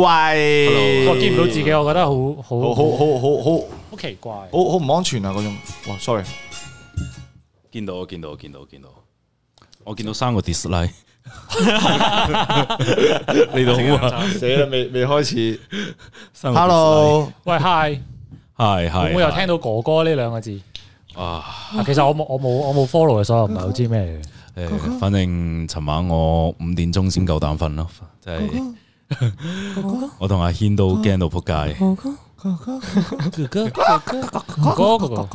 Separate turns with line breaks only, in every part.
喂，
我見唔到自己，我覺得好
好好
好
好好好
好奇怪。
好好唔安全啊嗰種。哇，sorry，
見到，見到，見到，見到，我見到三個 dislike，你都好啊，
死啦，未未開始。
三個
Hello，
喂，hi，
dislike，係係，
我又聽到哥哥呢兩個字。
到啊，
啊其實我冇我冇我冇 follow 嘅，所以我唔係好知咩嚟嘅。
誒，反正尋晚我五點鐘先夠膽瞓咯，即係我同阿軒都驚到撲街。
哥哥哥哥，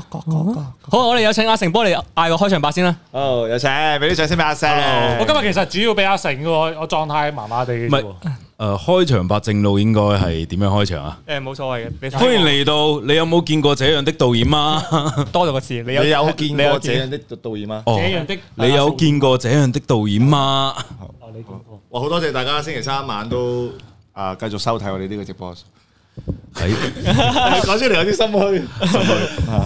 好，我哋有請阿成幫你嗌個開場白先啦。
哦，有請，俾啲掌聲俾阿 Sir
我今日其實主要俾阿成嘅喎，我狀態麻麻地嘅
唔
啫
係
喎。
誒，開場白正路應該係點樣開場啊？
誒，冇所謂嘅，
Dạ,
你
歡迎嚟到，你有冇見過這樣的導演啊？
多咗個字，你
你有見
你
過這樣的導演嗎？
哦
這樣的，
你有見過這樣的導演嗎？
哦？你見過？
哇，好多謝大家星期三晚都啊繼續收睇我哋呢個直播。
喺
講出嚟有啲心虛。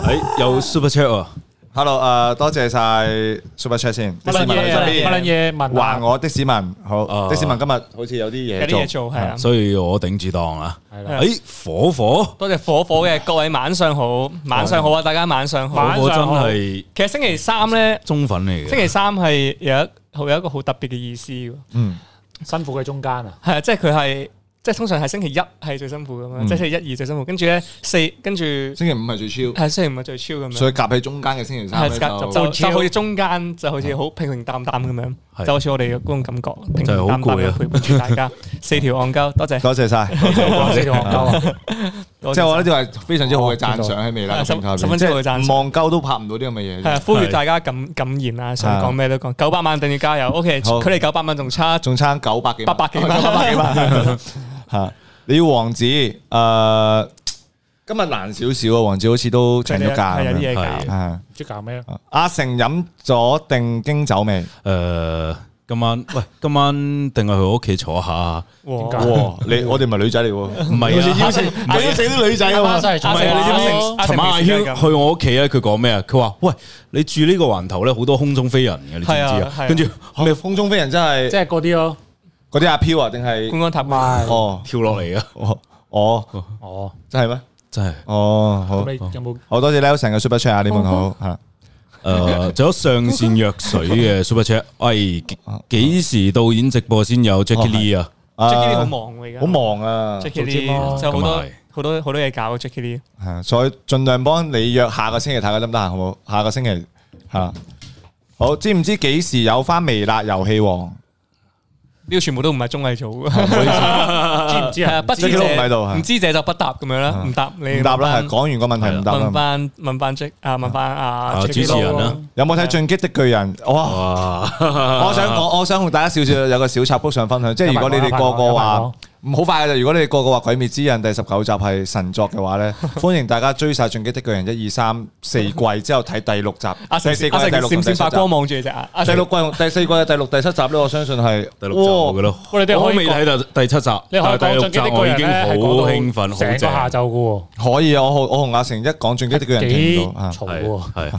喺有 super à? chat 啊！
Hello，誒，多謝晒 Super Chat 先，的
乜
士
撚
文喺
嘢
身
啊？乜撚
邊，
嘢問啊
還我的士文，好，
啊
的士文今日好似有
有
啲嘢
啲嘢
做，
做係啊。
所以我頂住檔啊！
係啦
誒，火火
多謝火火嘅各位晚上好，晚上好啊，大家晚上
火
好
晚。
火真係
其實星期三咧，
忠粉嚟
星
嘅，
期三係有一好有一個好特別嘅意思嘅，
嗯，
辛苦嘅中間啊！
係啊，即係佢係即係通常係星期一係最辛苦咁樣，即係星期一二最辛苦，跟住咧四跟住
星期五係最超，
係星期五係最超咁樣。
所以夾喺中間嘅星期三
係啊
咧
就
就
就就好似中間就好似好平平淡淡咁樣，
係
就好似我哋嗰種感覺，
真係
平平
好
淡淡
攰
嘅
啊
陪伴住大家。四條戇鳩，多謝。
多謝晒，
我四條戇鳩啊！
多謝
即係我呢啲係非常之好嘅讚賞喺微辣
十
平台入邊
十分之好嘅讚賞
即係望鳩都拍唔到啲咁嘅
係
嘢，
啊呼籲大家敢敢言啊，想講咩都講。九百萬定要加油，OK，
好
佢哋九百萬仲差
仲差九百幾萬，
八百幾萬
九百幾 萬 嚇，你要王子誒，今日難少少啊，王子好似都請咗假
係有
咁
啲
樣，
嘢
係
搞。
係。
唔知搞咩啊？
阿成飲咗定經酒未？
誒，呃今晚喂，今晚定係去我屋企坐下？啊
哇
點解
哇！你我哋唔係女仔嚟 喎，
唔係啊，
唔係嗯邀請啲女仔啊
翻
嘛。
晒嚟
唔
坐
係啊，
先
你知
啦
唔
阿
知？
成
尋晚阿
平時都係
軒
咁
去我屋企咧，佢講咩啊？佢話：喂，你住呢個環頭咧，好多空中飛人嘅，你知唔知
係啊
啊
係啊？
跟住
咩風中飛人真
即
係
係嗰啲咯。
嗰啲阿飄啊，定
觀
係
光塔嘛，
哦
跳落嚟啊！
哦哦，
哦，
真係咩？
真係
哦好
咁，你有冇
好多謝 Leo 成嘅 super chat 啊，你們好嚇。
誒，呃仲有上善若水嘅 Super Chat，喂，幾幾時導演直播先有 Jackie Lee 啊？
啊
Jackie Lee 好，忙喎而家，
好忙啊，
Jackie
做節目
Lee 就好多
咁係
好多好多嘢搞啊，Jackie Lee。
係啊所以盡量幫你約下個星期睇下得唔得閒，好冇？下個星期嚇。好，知唔知幾時有翻微辣遊戲王？
呢個全部都唔係綜藝組
唔
嘅，
好意思，
知唔知
係啊，
啊？
不知
，Jackie Lee 都唔喺度
者
係啊
唔知者就不答咁樣啦，唔答你
唔答啦，係
問
講完個問題唔答
問
啦。
翻問翻 Jack 啊，問翻
啊
阿 Jackie
主持人啦
有冇睇《進擊的巨人》？哇！
啊
哇！
我想講，我想同大家少少有個小插曲想分享，即係如果你哋個個話唔好快嘅啫，如果你哋個個話《鬼滅之刃》第十九集係神作嘅話 咧，歡迎大家追晒《進擊的巨人》一二三四季之後睇第六集，
阿成
第四季、
阿成
第六季、
閃
第七
閃發
集。
光望住你隻眼，
第
阿成
六季、第四季、第六、第七集咧，我相信係
第六集我覺得，
喂你哋可以
我未睇到第七集，
你可以
但係第
講
六
進
集
擊的
我
巨
已
人
經
咧，係
好
講
興奮，
到
好
成個
正，
下晝嘅
可以啊！我好我同阿成一講《進擊的巨
喎，
人》
幾
聽唔到啊
嘈。喎。
係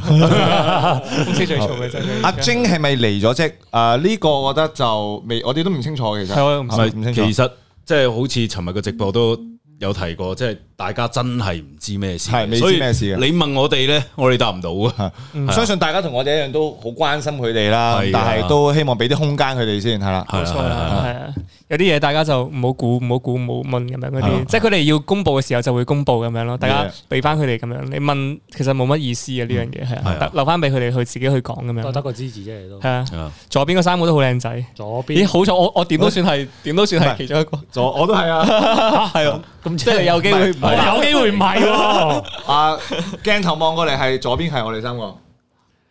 公司最嘈嘅就係佢
阿晶係咪離咗職？誒呢個我覺得就未，我哋都唔清楚其實。
係我唔
唔
知
係唔清
係？
楚
其實即係好似尋日嘅直播都有提過，即係大家真係唔知咩事，
係未知
所以
咩事嘅啊
你問我哋咧，我哋答唔到 啊！
嗯相信大家同我哋一樣都好關心佢哋啦
係啊，
但係都希望俾啲空間佢哋先係啦。
冇錯
係啊
啦，係啊，有啲嘢大家就唔好估，唔好估，唔好問咁樣嗰啲，即係佢哋要公佈嘅時候就會公佈咁樣咯，大家
Yeah
俾翻佢哋咁樣，你問其實冇乜意思嘅呢樣嘢係
係啊
啊，得留翻俾佢哋去自己去講咁
都係
樣
得，個支持啫，你都
係啊，
啊
左邊嗰三個都好靚仔，
左
咦
邊
好彩我我點都算係點都算係其中一個，
我我都係啊。
係啊，
咁
即係 你有機會唔
我
係
有機會唔係喎，
啊，鏡頭望過嚟係左邊係我哋三個，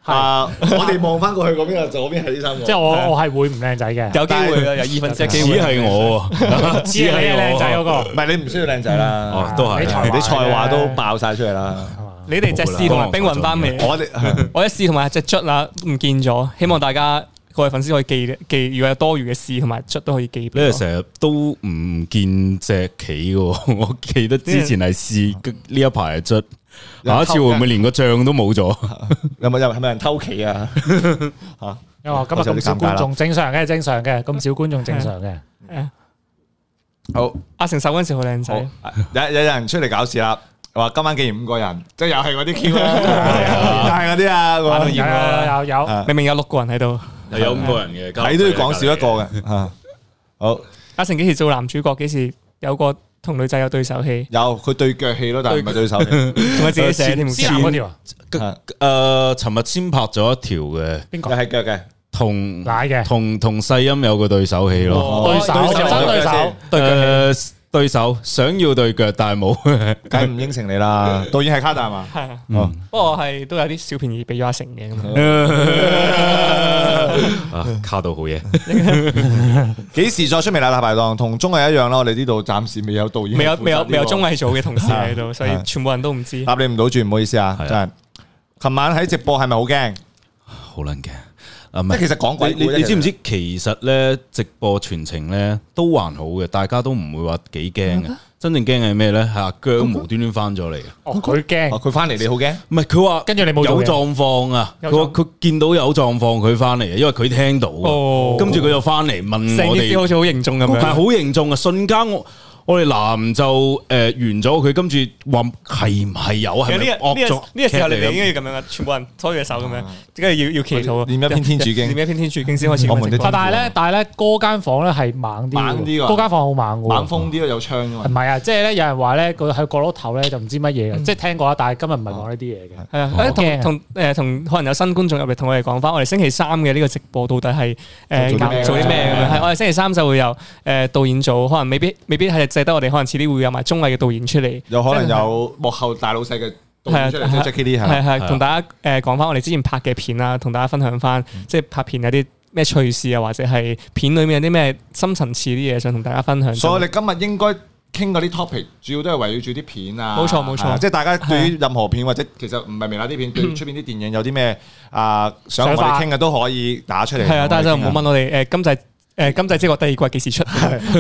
係
啊，我哋望翻過去嗰邊啊，左邊係呢三個。
即係我我係會唔靚仔嘅，
有機會啊，有二分之
只
一機會，
係我啊，
知你係靚仔嗰個
唔係你唔需要靚仔啦，
哦都係
你才
你
華
啲才華都
啫
爆晒出嚟啦。
你哋隻試同埋冰雲翻未？
我哋
我一試同埋隻卒啦唔見咗，希望大家各位粉絲可以記記，如果有多餘嘅試同埋卒都可以記
你
俾我。
哋成日都唔見隻棋嘅喎， 我記得之前係試呢一排係卒，下一次會唔會連個醬都冇咗？
有冇有係咪有人偷棋啊？嚇！
因為今日咁少觀眾正常嘅，正常嘅，咁少觀眾正常嘅。
係啊
好。
阿成手嗰陣時好靚
好
仔，
有有人出嚟搞事啦，話今晚竟然五個人，即係又係嗰啲 Q 啦，又係嗰啲啊咁
玩到
樣，
厭
有
啦，
有有有
啊
明明有六個人喺度。
係啊有五個人嘅，
睇啊都要講少一個嘅吓。好，
阿成幾時做男主角？幾時有個同女仔有對 手戲？
有佢對腳戲咯，但係唔係對手嘅，
仲有自己寫添。
思南嗰條啊，
啊
誒，呃尋日先拍咗一條嘅，
邊
又
個？
係腳嘅。
同
奶嘅
同同世音有個對手戲咯。
對手
哦對手
真對手，
對誒，對手想要對腳，但係冇。
梗係唔應承你啦。導演係卡特係嘛？
係啊，
哦
不過我係都有啲小便宜俾咗阿成嘅咁 樣。
啊，卡到好嘢，
幾時再出微辣大排檔？同綜藝一樣啦，我哋呢度暫時未有導演，
未有未有未有綜。藝組嘅同事喺度，所以
係
全部人都唔知。
答你唔到住，唔好意思啊，
係啊
真係。琴晚喺直播係咪好驚？即
好撚嘅。啊，唔
係其實講鬼
你
故啫
你你知唔？知其實咧直播全程咧都還好嘅，大家都唔會話幾驚嘅。真正驚係咩咧？係阿姜無端端翻咗嚟嘅，
哦，佢
其實
驚
哦，佢翻嚟你好驚？
唔係佢話
跟住你冇做
有
嘢
狀況啊！
有
佢
狀
話佢見到有狀況，佢翻嚟，因為佢聽到啊。
哦，
跟住佢就翻嚟問
成
我
件事好
哋，
似好凝重咁
係
樣。
好凝重啊！瞬間我我哋男就誒完咗，佢跟住話係唔係有
其
係
實
咪
呢個呢
惡
個
作
呢個時候你哋
劇
已經
嚟啊
要咁樣啦，全部人拖住隻手咁樣，跟住要要祈禱。
哦念一篇天主經
念一篇天主經先開始。
我們的
但係咧，但係咧，嗰間房咧係猛啲嘅，
猛啲㗎
嗰間房好猛嘅喎，
猛風啲咯，有槍㗎
唔
嘛。
係啊，即係咧有人話咧，佢喺角落頭咧就唔知乜嘢嘅，即係聽過啦，但係今日唔係講呢啲嘢嘅。
係啊，
我
誒
驚
同
啊
同誒同可能有新觀眾入嚟同我哋講翻，我哋星期三嘅呢個直播到底係
做啲咩
誒
㗎
做啲咩咁樣？係我哋星期三就會有誒導演組，可能未必未必係淨得我哋，可能遲啲會有埋綜藝嘅導演出嚟，
有可能有幕後大老細嘅導演出嚟，即係 Jackie Lee 係啊
係啊
嘛。
係同大家誒講翻我哋之前拍嘅片啦，同大家分享翻，
嗯
即係拍片有啲咩趣事啊，或者係片裡面有啲咩深層次啲嘢想同大家分享。
所以我哋今日應該傾嗰啲 topic，主要都係圍繞住啲片啊，
冇錯冇錯
啊即係大家對於任何片或者其實唔係微辣啲片，對出邊啲電影有啲咩啊想同我哋傾嘅都可以打出嚟。
係啊，但係就唔好
同我哋傾
問我哋誒今集誒今集即係我第二季幾時出？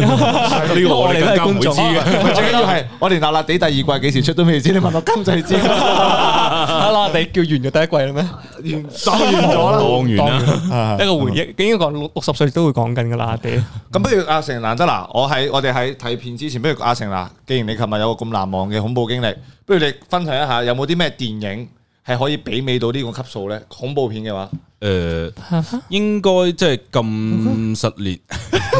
呢
呢個我哋
都
更
係
加唔
觀
會
眾
知嘅。
啊。最緊要係我連辣辣地第二季幾時出都未知，你問我今就 知，
啊啦，你叫完咗第一季啦咩？
完當完咗啦。
當然啦，
啊
一個回憶，已經講六六十歲都會講緊噶啦，地
咁不如阿成難得嗱，我喺我哋喺睇片之前，不如阿成嗱，既然你琴日有個咁難忘嘅恐怖經歷，不如你分享一下有冇啲咩電影係可以媲美到呢個級數咧？恐怖片嘅話，
誒呃應該即係咁失年，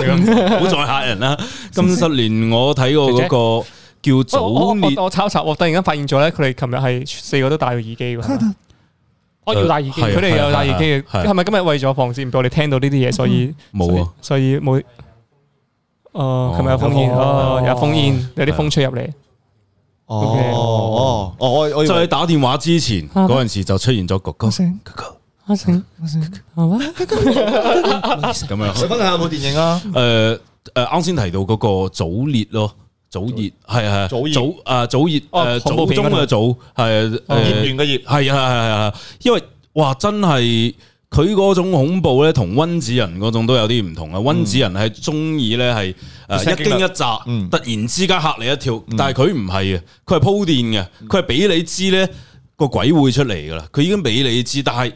唔好再嚇人 啦！咁失年我睇過嗰個叫
我
早
我
年
我我抄查，我突然間發現咗咧，佢哋琴日係四個都戴咗耳機㗎，
我要戴耳機，
係啊
佢哋有戴耳機嘅，
係啊係啊
係咪今日為咗防止唔俾我哋聽到呢啲嘢，所以
冇啊，
所以冇。哦，琴日有風煙，
哦
哦，有風煙，有啲風吹入嚟，OK
哦哦，我我以
就係
為
打電話之前
啊
嗰陣時就出現咗哥哥哥哥
阿成，好啊，
咁樣。
想分享下有冇電影啊？
誒誒，呃啱先提到嗰個早烈咯，早熱係係
早熱
早啊早熱
哦
誒
恐
早
怖片
中嘅早係
葉
誒
璇嘅葉，
係係係係係，因為哇真係佢嗰種恐怖咧，同温子仁嗰種都有啲唔同啊！温子仁係中意咧係呃誒
一
一
驚
驚
一
一乍，
嗯
突然之間嚇你一跳，但係佢唔係啊，佢係鋪墊嘅，佢係俾你知咧個鬼會出嚟噶啦，佢已經俾你知，但係。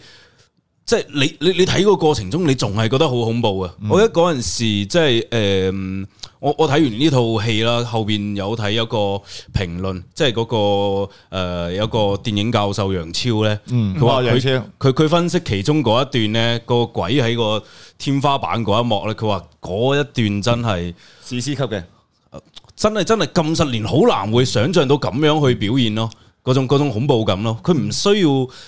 即係你你你睇個過程中，你仲係覺得好恐怖啊！我覺得嗰陣時即係誒，嗯我我睇完呢套戲啦，後邊有睇一個評論，即係嗰、個誒、呃有一個電影教授楊超咧，
嗯
佢話
哦楊
佢
超
佢佢分析其中嗰一段咧，個鬼喺個天花板嗰一幕咧，佢話嗰一段真係
史詩級嘅，
真係真係咁十年好難會想像到咁樣去表現咯，嗰種嗰種恐怖感咯，佢唔需要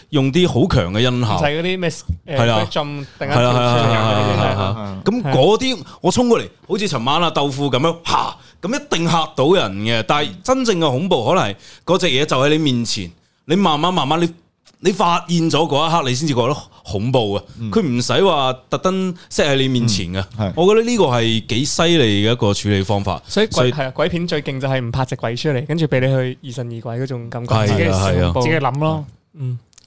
用啲好強嘅音
唔
效
使。嗰啲咩
係啦
誒浸，突然間
係啊啦係啦係
跳出嚟嗰啲呢
啦係啦，
啊
咁嗰啲我衝過嚟，好似尋晚啊豆腐咁樣嚇，咁一定嚇到人嘅。但係真正嘅恐怖，可能係嗰隻嘢就喺你面前，你慢慢慢慢你。你發現咗嗰一刻，你先至覺得恐怖啊！
嗯
佢唔使話特登 set 喺你面前嘅，
嗯係
我覺得呢個係幾犀利嘅一個處理方法。
所以
所
鬼
以
係啊，鬼片最勁就係唔拍隻鬼出嚟，跟住俾你去疑神疑鬼嗰種感
係
覺，
啊
自己
係啊
恐怖
自己諗咯。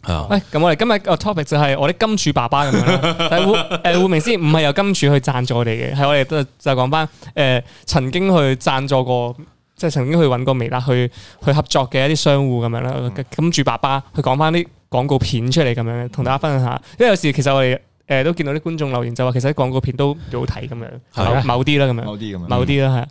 係啊
喂，咁我哋今日個 topic 就係我啲金主爸爸咁樣啦。但係顧誒顧名思義，唔係由金主去贊助我哋嘅，係我哋都就講翻誒曾經去贊助過，即係曾經去揾過微辣去去合作嘅一啲商戶咁樣
嗯
啦。金主爸爸去講翻啲廣告片出嚟咁樣，同大家分享下。因為有時其實我哋誒、誒都見到啲觀眾留言就話其實啲廣告片都幾好睇咁
係啊
樣，某某啲啦咁樣。
某啲咁樣，
某啲啦，係啊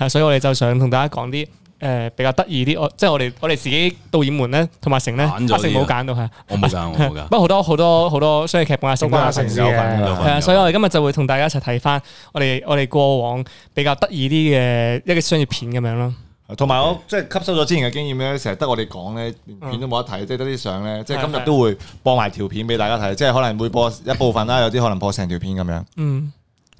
係啊，所以我哋就想同大家講啲誒比較得意啲，我即係我哋我哋自己導演們咧，同埋成咧，阿
揀咗啲啊
成冇揀到係啊，
我冇㗎，我冇㗎
不。過好多好多好多商業劇本啊，
都
相關
關
啊
阿
成
成
事
事
有份㗎
嘅。
有份
係啊，所以我哋今日就會同大家一齊睇翻我哋我哋過往比較得意啲嘅一個商業片咁樣咯。
同埋我即係吸收咗之前嘅經驗咧，成日得我哋講咧，連
嗯
片都冇得睇，即係得啲相咧。即係今日都會播埋條片俾大家睇，即係可能會播 一部分啦，有啲可能播成條片咁樣。
嗯，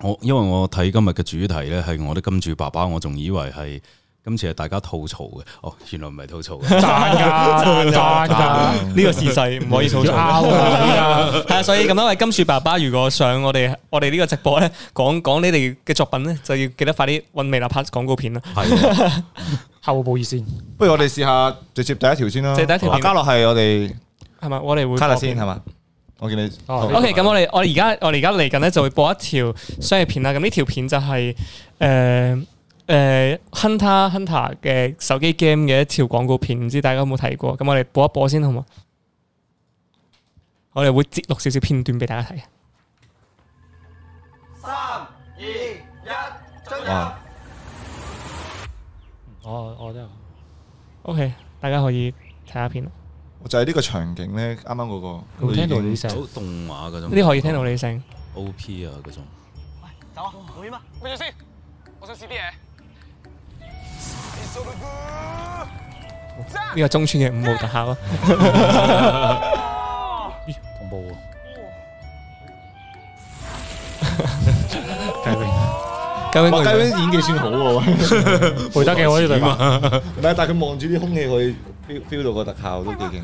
我因為我睇今日嘅主題咧係我的金主爸爸，我仲以為係今次係大家吐槽嘅，哦，原來唔係吐槽 嘅。
賺㗎，賺㗎，
呢個時勢唔可以吐
要
槽。
拗啊！依家
係啊，所以咁因為金樹爸爸如果上我哋我哋呢個直播咧，講講你哋嘅作品咧，就要記得快啲揾微辣拍廣告片啦。
係
後報熱線，
不如我哋試下直接第一條先啦。
即係第一條
啊嘉樂係我哋
係咪？我哋會
卡特
播啊
先係嘛？我見你
哦
O K，咁我哋我哋而家我哋而家嚟緊咧就會播一條商業片啦。咁呢條片就係誒誒 Hunter Hunter 嘅手機 game 嘅一條廣告片，唔知大家有冇睇過？咁我哋播一播先好唔好？我哋會截錄少少片段俾大家睇。
三二一，進入
哇！
我我都有
O、k 大家可以睇下片啦。
我就係呢個場景咧，啱啱嗰個
冇聽到
已
你
經
成，
好動畫嗰種，
呢啲可以聽到你聲。
O P 啊嗰種。
走啊，唔會嘛？咪住先，我想試啲嘢。
呢個中村嘅五毛特效啊！啊
恐怖啊！
究竟
哇！嘉
佢
賓演技算好 喎，
背得幾好啊呢對白，
唔係但係佢望住啲空氣，佢 feel feel 到個特效都幾勁。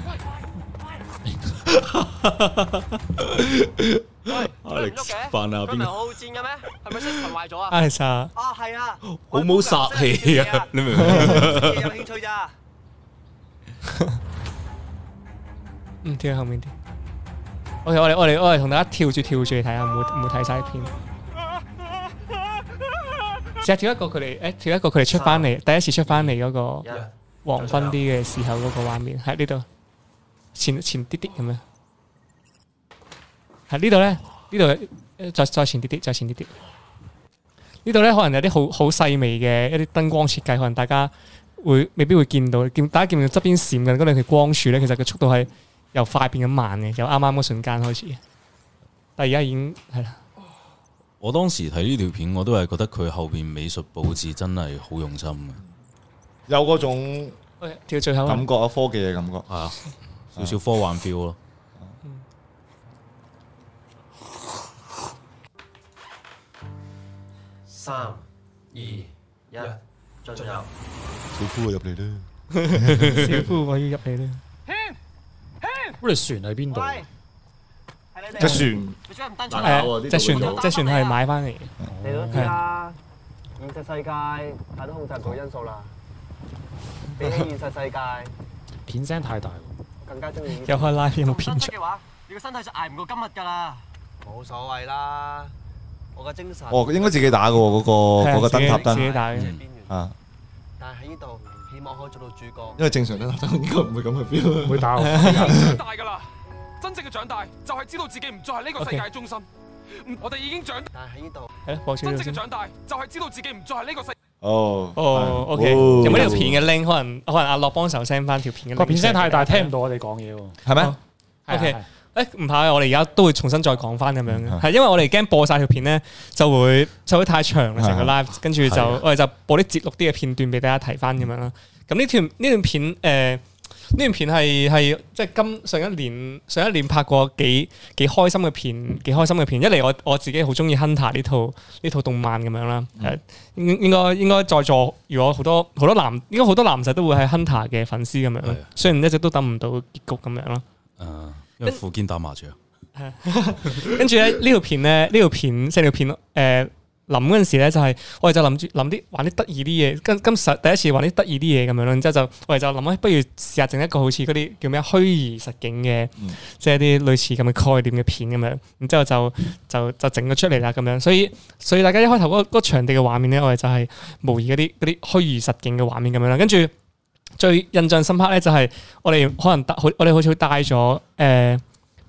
Alex 扮下
佢唔
邊
係
個？
好好戰嘅咩？係咪 system 壞咗啊？
Alex 啊，
啊，係啊，
好冇殺氣啊！你明唔明？
有興趣咋？
嗯，跳喺後面啲。O K，我哋我哋我哋同大家跳住跳住嚟睇下，唔好唔好睇晒片。試下跳一個佢哋，誒跳一個佢哋出翻嚟，第一次出翻嚟嗰個黃昏啲嘅時候嗰個畫面，喺呢度前前啲啲咁樣，喺呢度咧，呢度呃再再前啲啲，再前啲啲。呢度咧可能有啲好好細微嘅一啲燈光設計，可能大家會未必會見到，見大家見唔見到側邊閃緊嗰兩條光柱咧，其實個速度係由快變緊慢嘅，由啱啱嗰瞬間開始嘅。但係而家已經係啦，
我當時睇呢條片，我都係覺得佢後邊美術佈置真係好用心嘅，
有嗰種
喂跳最後啊
感覺啊，科技嘅感覺。
係啊，少少科幻 feel 咯。
三二一，進入。
小夫入嚟啦！
小夫我要入嚟啦。
嗰條船喺邊度？
喂，係你
隻
哋，
船
你做咩唔登出
嗱
嚟啊？
嗱
誒，隻船隻船係買翻嚟嘅，
你都知啦，現實世界太多控制唔到因素啦，比起現實世界
片聲太大喎，
更加中意。
有開 live 有冇
唔
片
登
出
出？嘅話，你個身體就捱唔過今日㗎啦。冇所謂啦，我嘅精神
哦，應該自己打嘅喎，嗰個
係啊
嗰個燈塔
自己
燈
打嘅
即係邊緣
啊。
但係喺呢度，希望可以做到主角。
因為正常嘅男生應該唔會咁去 feel
唔。會打我。
長大噶啦，真正嘅長大就係知道自己唔再係呢個世界嘅中心。唔我哋已經長，
但係喺呢度，
係咯，播少
真
少
正嘅
先。
長大就係知道自己唔再係呢個世。
哦，
哦
係
，OK，
哦
有冇呢條片嘅 link？可能可能阿樂幫手 send 翻條片嘅 link。
個片聲太大，聽唔到我哋講嘢
係
喎。
哦
咩？
係啊
OK
係啊
誒唔怕，我哋而家都會重新再講翻咁樣
嗯
嘅，係因為我哋驚播晒條片咧，就會就會太長啦成個
係
live，跟住就
嗯係啊
我哋就播啲節錄啲嘅片段俾大家睇翻咁樣啦。咁呢段呢段片誒。呃呢段片係係即係今上一年上一年拍過幾幾開心嘅片，幾開心嘅片。一嚟我我自己好中意《Hunter》呢套呢套動漫咁樣啦。
嗯
誒、應應該應該在座如果好多好多男應該好多男仔都會係《Hunter》嘅粉絲咁樣啦
係啊。
雖然一直都等唔到結局咁樣啦。
誒，呃因為副堅打麻雀，
跟住咧呢條片咧，呢條片成條片誒諗嗰陣時咧，就係我哋就諗住諗啲玩啲得意啲嘢，跟今實第一次玩啲得意啲嘢咁樣咯。然之後就我哋就諗啊，不如試下整一個好似嗰啲叫咩虛擬實境嘅，
嗯
即係啲類似咁嘅概念嘅片咁樣。然之後就就就整咗出嚟啦咁樣。所以所以大家一開頭嗰嗰場地嘅畫面咧，我哋就係模擬嗰啲嗰啲虛擬實境嘅畫面咁樣啦。跟住最印象呃深刻咧，就係我哋可能帶好我哋好似帶咗誒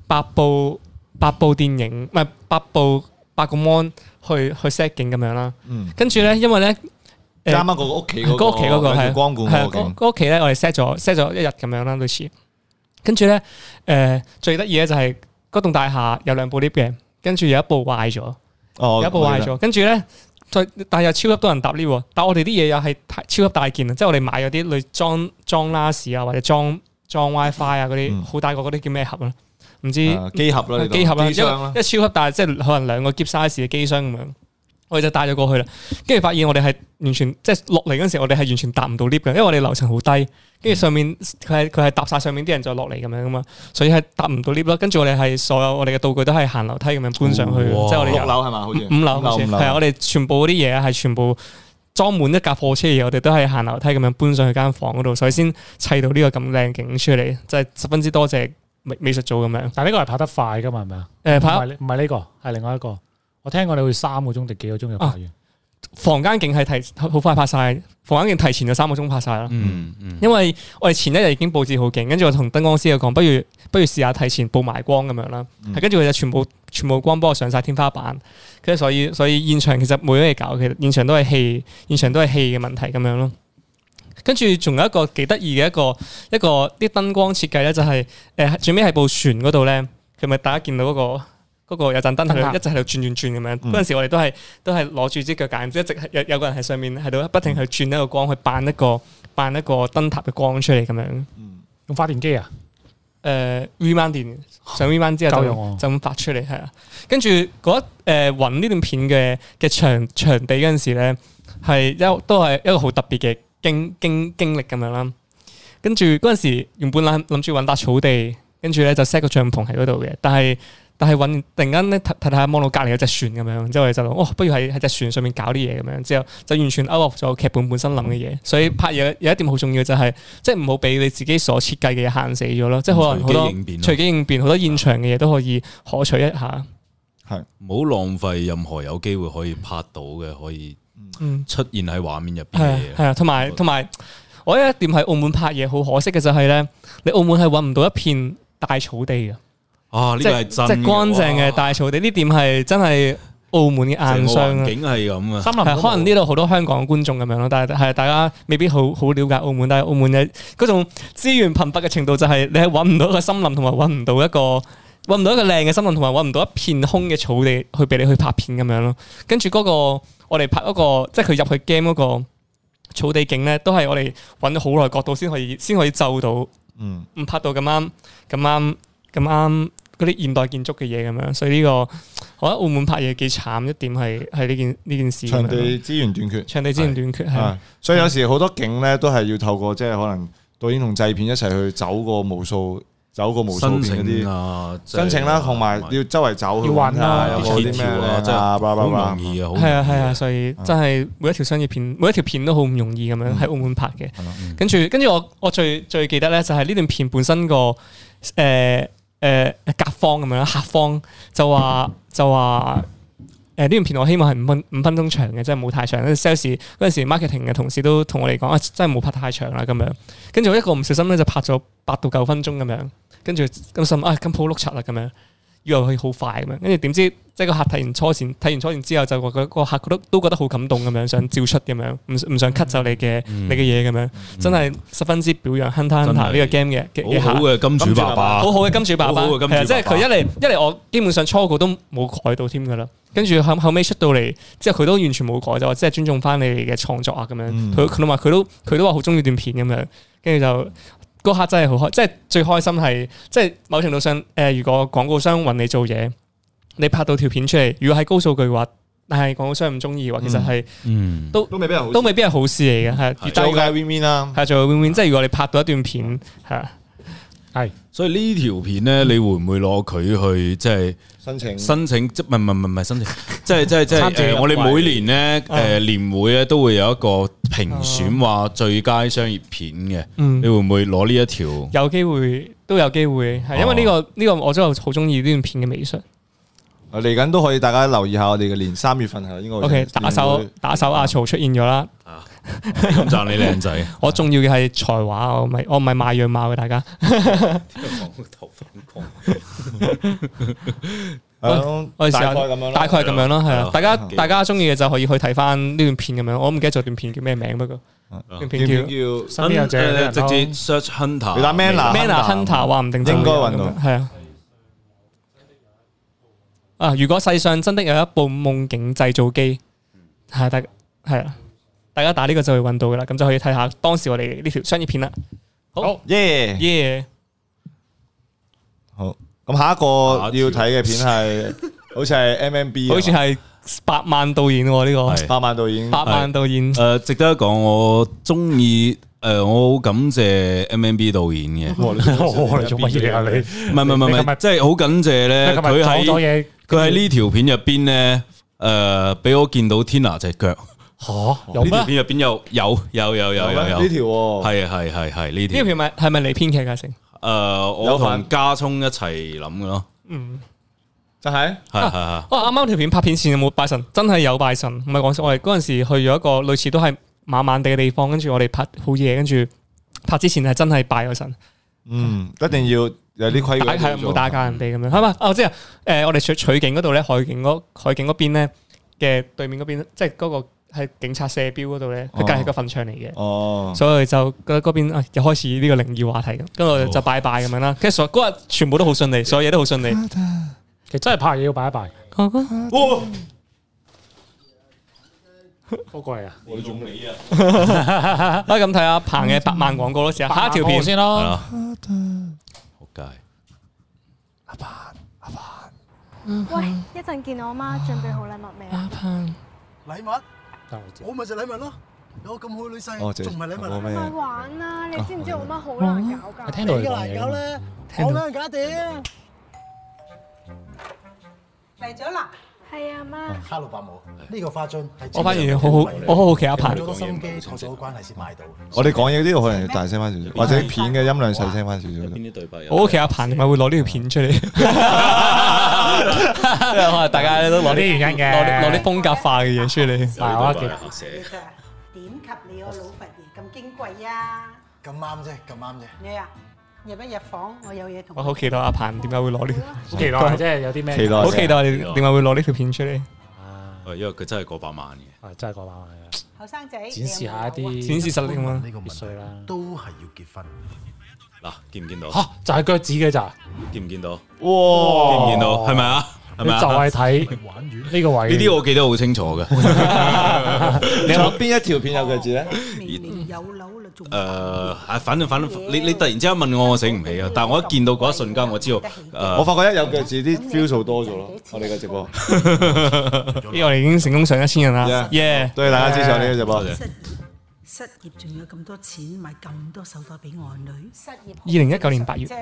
八部。八部電影，唔係八部八個 mon 去去 set 景咁樣啦。
嗯，
跟住咧，因為咧誒
啱啱個屋企嗰
嗰屋企嗰個
有條
係
光管
係啊
嗰個
嗰
景，
嗰屋企咧，我哋 set 咗 set 咗一日咁樣啦，類似。跟住咧，誒最得意咧就係嗰棟大廈有兩部 lift 嘅，跟住有一部壞咗。
哦
有一部壞咗，跟住咧，再但係又超級多人搭 lift 喎。但係我哋啲嘢又係太超級大件啊，即係我哋買嗰啲類裝裝 LAS 啊，或者裝裝 WiFi 啊
嗯
嗰啲，好大個嗰啲叫咩盒啊？唔知
啊機盒啦，你當
機盒啦，
機
因
箱
為
啊
因
啦，
為超級大，即係可能兩個 g size 嘅機箱咁樣。我哋就帶咗過去啦，跟住發現我哋係完全即係落嚟嗰陣時，我哋係完全搭唔到 lift 嘅，因為我哋樓層好低，跟住上面佢係佢係搭晒上面啲人再落嚟咁樣噶嘛，所以係搭唔到 lift 咯。跟住我哋係所有我哋嘅道具都係行樓梯咁樣搬上去，
哇
即係我哋
六
由
樓係嘛？好似
五樓好似
五樓
係啊我哋全部嗰啲嘢係全部裝滿一架貨車嘅嘢，我哋都係行樓梯咁樣搬上去間房嗰度，所以先砌到呢個咁靚景出嚟，真係十分之多謝美美術組咁樣。
但係呢個係跑得快噶嘛，係咪啊？
誒、
唔係
拍
呢唔係呢個，係另外一個。我聽過你去三個鐘定幾個鐘就拍完，
房間景係提好快拍晒，房間景提前咗三個鐘拍晒啦。
嗯嗯，
因為我哋前一日已經佈置好勁，跟住我同燈光師又講，不如不如試下提前佈埋光咁樣啦。係跟住佢就全部全部光幫我上晒天花板，跟住所以所以現場其實冇嘢搞，其實現場都係戲，現場都係戲嘅問題咁樣咯。跟住仲有一個幾得意嘅一個一個啲燈光設計咧，就係、誒、最尾喺部船嗰度咧，佢咪大家見到嗰、個。嗰個有盞
燈
燈喺度
塔
一直喺度轉轉轉咁樣，
嗯
嗰陣時我哋都係都係攞住支腳架，然之後一直係有有個人喺上面喺度不停去轉一個光，去扮一個扮一個燈塔嘅光出嚟咁樣。
用發電機啊？
誒 reman 呃電上 reman 之後
哦夠
就
用喎
就咁發出嚟係啊，跟住嗰一誒揾呢段片嘅嘅場場地嗰陣時咧，係一都係一個好特別嘅經經經歷咁樣啦。跟住嗰陣時原本諗諗住揾笪草地，跟住咧就 set 個帳篷喺嗰度嘅，但係但係揾突然間咧睇睇下望到隔離有隻船咁樣，之後我哋就諗哦，不如喺喺隻船上面搞啲嘢咁樣，之後就完全 out of 咗劇本本身諗嘅嘢，所以拍嘢有一點好重要就係、即係唔好俾你自己所設計嘅嘢限死咗咯，即係可能
嗯隨
好
機
多
應變咯啊
隨機應變，好多現場嘅嘢都可以可取一下。
唔好浪費任何有機會可以拍到嘅，可以
嗯，
出現喺畫面入邊
係 啊
嘅
係
嘢。
啊，同埋同埋，我有一點喺澳門拍嘢好可惜嘅就係咧，你澳門係揾唔到一片大草地嘅，
啊，呢
即
個係
係即
真
係乾淨嘅
大
大草地，呢點係真係澳門嘅硬傷啊！
景係咁啊，
森林
係可能呢度好多香港觀眾咁樣咯，但係係大家未必好好了解澳門，但係澳門嘅嗰種資源貧乏嘅程度就係你係揾唔到一個森林，同埋揾唔到一個揾唔到一個靚嘅森林，同埋揾唔到一片空嘅草地去俾你去拍片咁樣咯。跟住嗰個我哋拍嗰個，即係佢入去 game 嗰個草地景咧，都係我哋揾咗好耐角度先可以先可以就到，唔
嗯，
拍到咁啱咁啱咁啱。嗰啲現代建築嘅嘢咁樣，所以呢、個我覺得澳門拍嘢幾慘，一點係係呢件呢件事咁樣咯。
場地資源短缺。
場地資源短缺係
啊，所以有時好多景咧都係要透過即係可能導演同製片一齊去走過無數，走過無數片
申
嗰
請
啲
啊，即係
申請啦，同埋要周圍走去
要
揾
揾
下
啦
有冇
啲
啲
協
咩
調啊，
靚
真係
啊，blah blah
好
blah
容易啊，好
係啊係
容易
啊，所以真係每一條商業片，每一條片都好唔容易咁樣喺澳門拍嘅
係咯。
跟住跟住我我最最記得咧就係呢段片本身個誒誒甲方咁樣啦，客方就話就話。誒呢段片我希望係五分五分鐘長嘅，真係冇太長。跟住 sales 嗰陣時 marketing 嘅同事都同我哋講啊，真係冇拍太長啦咁樣。跟住我一個唔小心咧就拍咗八到九分鐘咁樣，跟住咁心諗啊咁好碌柒啦咁樣，以為佢好快咁樣，跟住點知即係個客睇完初剪，睇完初剪之後就話個個客都都覺得好感動咁樣，想照出咁樣，唔唔想 cut 走你嘅
嗯
你嘅嘢咁樣，真係十分之表揚 Hunter
真
Hunter
係
呢個 game 嘅嘅嘅
好好
客。
嘅金主爸爸
好，好嘅金主爸爸，
好好嘅金主
係啊即係
爸爸
佢一嚟一嚟，我基本上初稿都冇改到添㗎啦。跟住後後尾出到嚟之後，佢都完全冇改，就話即係尊重翻你哋嘅創作啊咁樣。
嗯
佢佢都話佢都佢都話好中意段片咁樣，跟住就。嗰刻真係好開，即係最開心係，即係某程度上，誒、如果廣告商揾你做嘢，你拍到條片出嚟，如果係高數據嘅話，但係廣告商唔中意嘅話，其實係、
嗯，
都未必係好，
都未必係好事嚟嘅，係
係
最
而但
好
係
嘅 win win 啦，
係做 win win，即係如果你拍到一段片，係啊
所以呢條片咧，你會唔會攞佢去即係？
申請
申請即唔係唔係唔係申請， 即係即係即係
參政
誒
入
我哋
圍
每年咧誒年會咧都會有一個評選話最佳商業片嘅，
嗯
你會唔會攞呢一條？
有機會都有機會，係因為呢、
哦
個呢、個我真係好中意呢段片嘅美術。
啊嚟緊都可以，大家留意下我哋嘅年三月份係應該會
OK，打手打手阿曹出現咗啦。
咁讚你靚仔，
我重要嘅係才華，我唔係我唔係賣樣貌嘅大家。
係
我
咯
哋試
大
下
概咁樣啦
大概係咁樣咯，係
係
啊
咯。
大家
嗯
大家中意嘅就可以去睇翻呢段片咁樣。我唔記得咗段片叫咩名不過。段片
哦片
叫
叫
身邊有這樣嘅人
直
咯
接 search hunter，
你打 Manner
Man a
Hunter
Hunter 話唔定就
應該
有
揾
咁
到
樣係啊。啊！如果世上真的有一部夢境製造機，係大係啊，大家打呢個就會揾到噶啦，咁就可以睇下當時我哋呢條商業片啦。好
好，
耶
耶！
好，咁下一個
啊
要睇嘅片係， 好似係 MMB，
好似係百萬導演喎呢
係
八啊萬導演
個，百萬導演
诶，呃值得一講，我中意诶，我好感謝 M M B 導演嘅，唔
哇你做乜
我嚟做乜嘢啊？你
係唔係唔
你
係唔
今日
係，即係好感謝咧，
今日
佢
講咗
喺
嘢，
佢喺呢條片入邊咧，诶，俾我見到 Tina 隻腳，呢
吓有咩？
條片入邊有有有有有有有
呢，條喎
係係係係呢
呢
條
條，片咪係咪嚟編劇㗎成？
诶，我
有份
同家聰一齊諗嘅咯，
真係
係係係。
哦，啱啱條片拍片前有冇拜神？真係有拜神，唔係講笑。我哋嗰陣時去咗一個類似都係晚晚地嘅地方，跟住我哋拍好夜，跟住拍之前係真係拜咗神，
嗯，一定要有啲規矩
打
做，
係啊冇打架人哋咁樣，係嘛？哦，我知啊，誒，我哋取取景嗰度咧，海景嗰海景嗰邊咧嘅對面嗰邊，即係嗰個係警察射標嗰度咧，佢隔係個墳場嚟嘅。
哦，
所以就嗰嗰邊啊，又開始呢個靈異話題咁，跟住我哋就拜拜咁樣啦。跟住所嗰日全部都好順 利，所有嘢都好順利。
其實真係拍嘢要拜一拜，
哥哥
好貴啊！
你仲你啊？
可以啊咁睇下彭嘅百萬廣告咯，試下下一條片
先
係
咯。
啦，仆街，
喂，一陣見我媽準備好禮物未啊？
禮物？
但我知
我咪就禮物咯。有個咁好嘅女婿，
哦，姐，
仲唔係禮物啊？
我咩
咪？玩啦！你知唔知我媽好難搞
我
㗎？
聽到佢講嘢㗎嘛，
你嘅
聽到。
難搞咧，我梗係假啲。
嚟咗啦！
係啊，媽。
哈魯伯母，呢個花樽係
我反而好好，我好好奇阿彭，
用咗好多心機，確實好關係先買到。
我哋講嘢呢度可能要大聲翻少少，或者片嘅音量細聲翻少少都。
啲對白
我好奇阿彭點解會攞呢條片出嚟， 因為可能大家都攞
有啲
啲
原因
攞啲攞啲
嘅。
風格化嘅嘢出 嚟。
嗱，我一
對白
定
啊寫
你咋？點及你個老佛爺咁矜貴啊？
咁啱啫，咁啱啫。
你啊，入一入房，我有嘢同你
我好期待阿彭點解會攞呢條，
好期待啊，即係有啲咩？
期待
好期待你點解會攞呢條片出嚟，
因為佢真係過百萬嘅。
啊，真係講話嘅，
後生仔展
展示下一啲
展示實力啊嘛。
呢個問
必
題
須啦。
都係要結婚。
嗱，見唔見到？
吓啊就係腳趾嘅咋，
見唔見到？
哇！
見唔見到？
哦
係咪啊？係
哦你就
咪啊？
係睇呢個位。
呢啲我記得好清楚嘅。
你有邊一條片有腳趾咧？
明明有樓啦，仲
誒、啊反正反正，你你突然之間問我，我醒唔起啊！但係我一見到嗰一瞬間，我知道誒、
我發覺一有腳趾啲 view 數多咗咯，
啊
我哋嘅直播，
呢個我哋已經成功上一千人啦
Yeah，
耶！
對大家支持我哋嘅直播
多。謝
失業，失業仲有咁多錢買咁多手袋俾我女。失業
2019年八月
啫，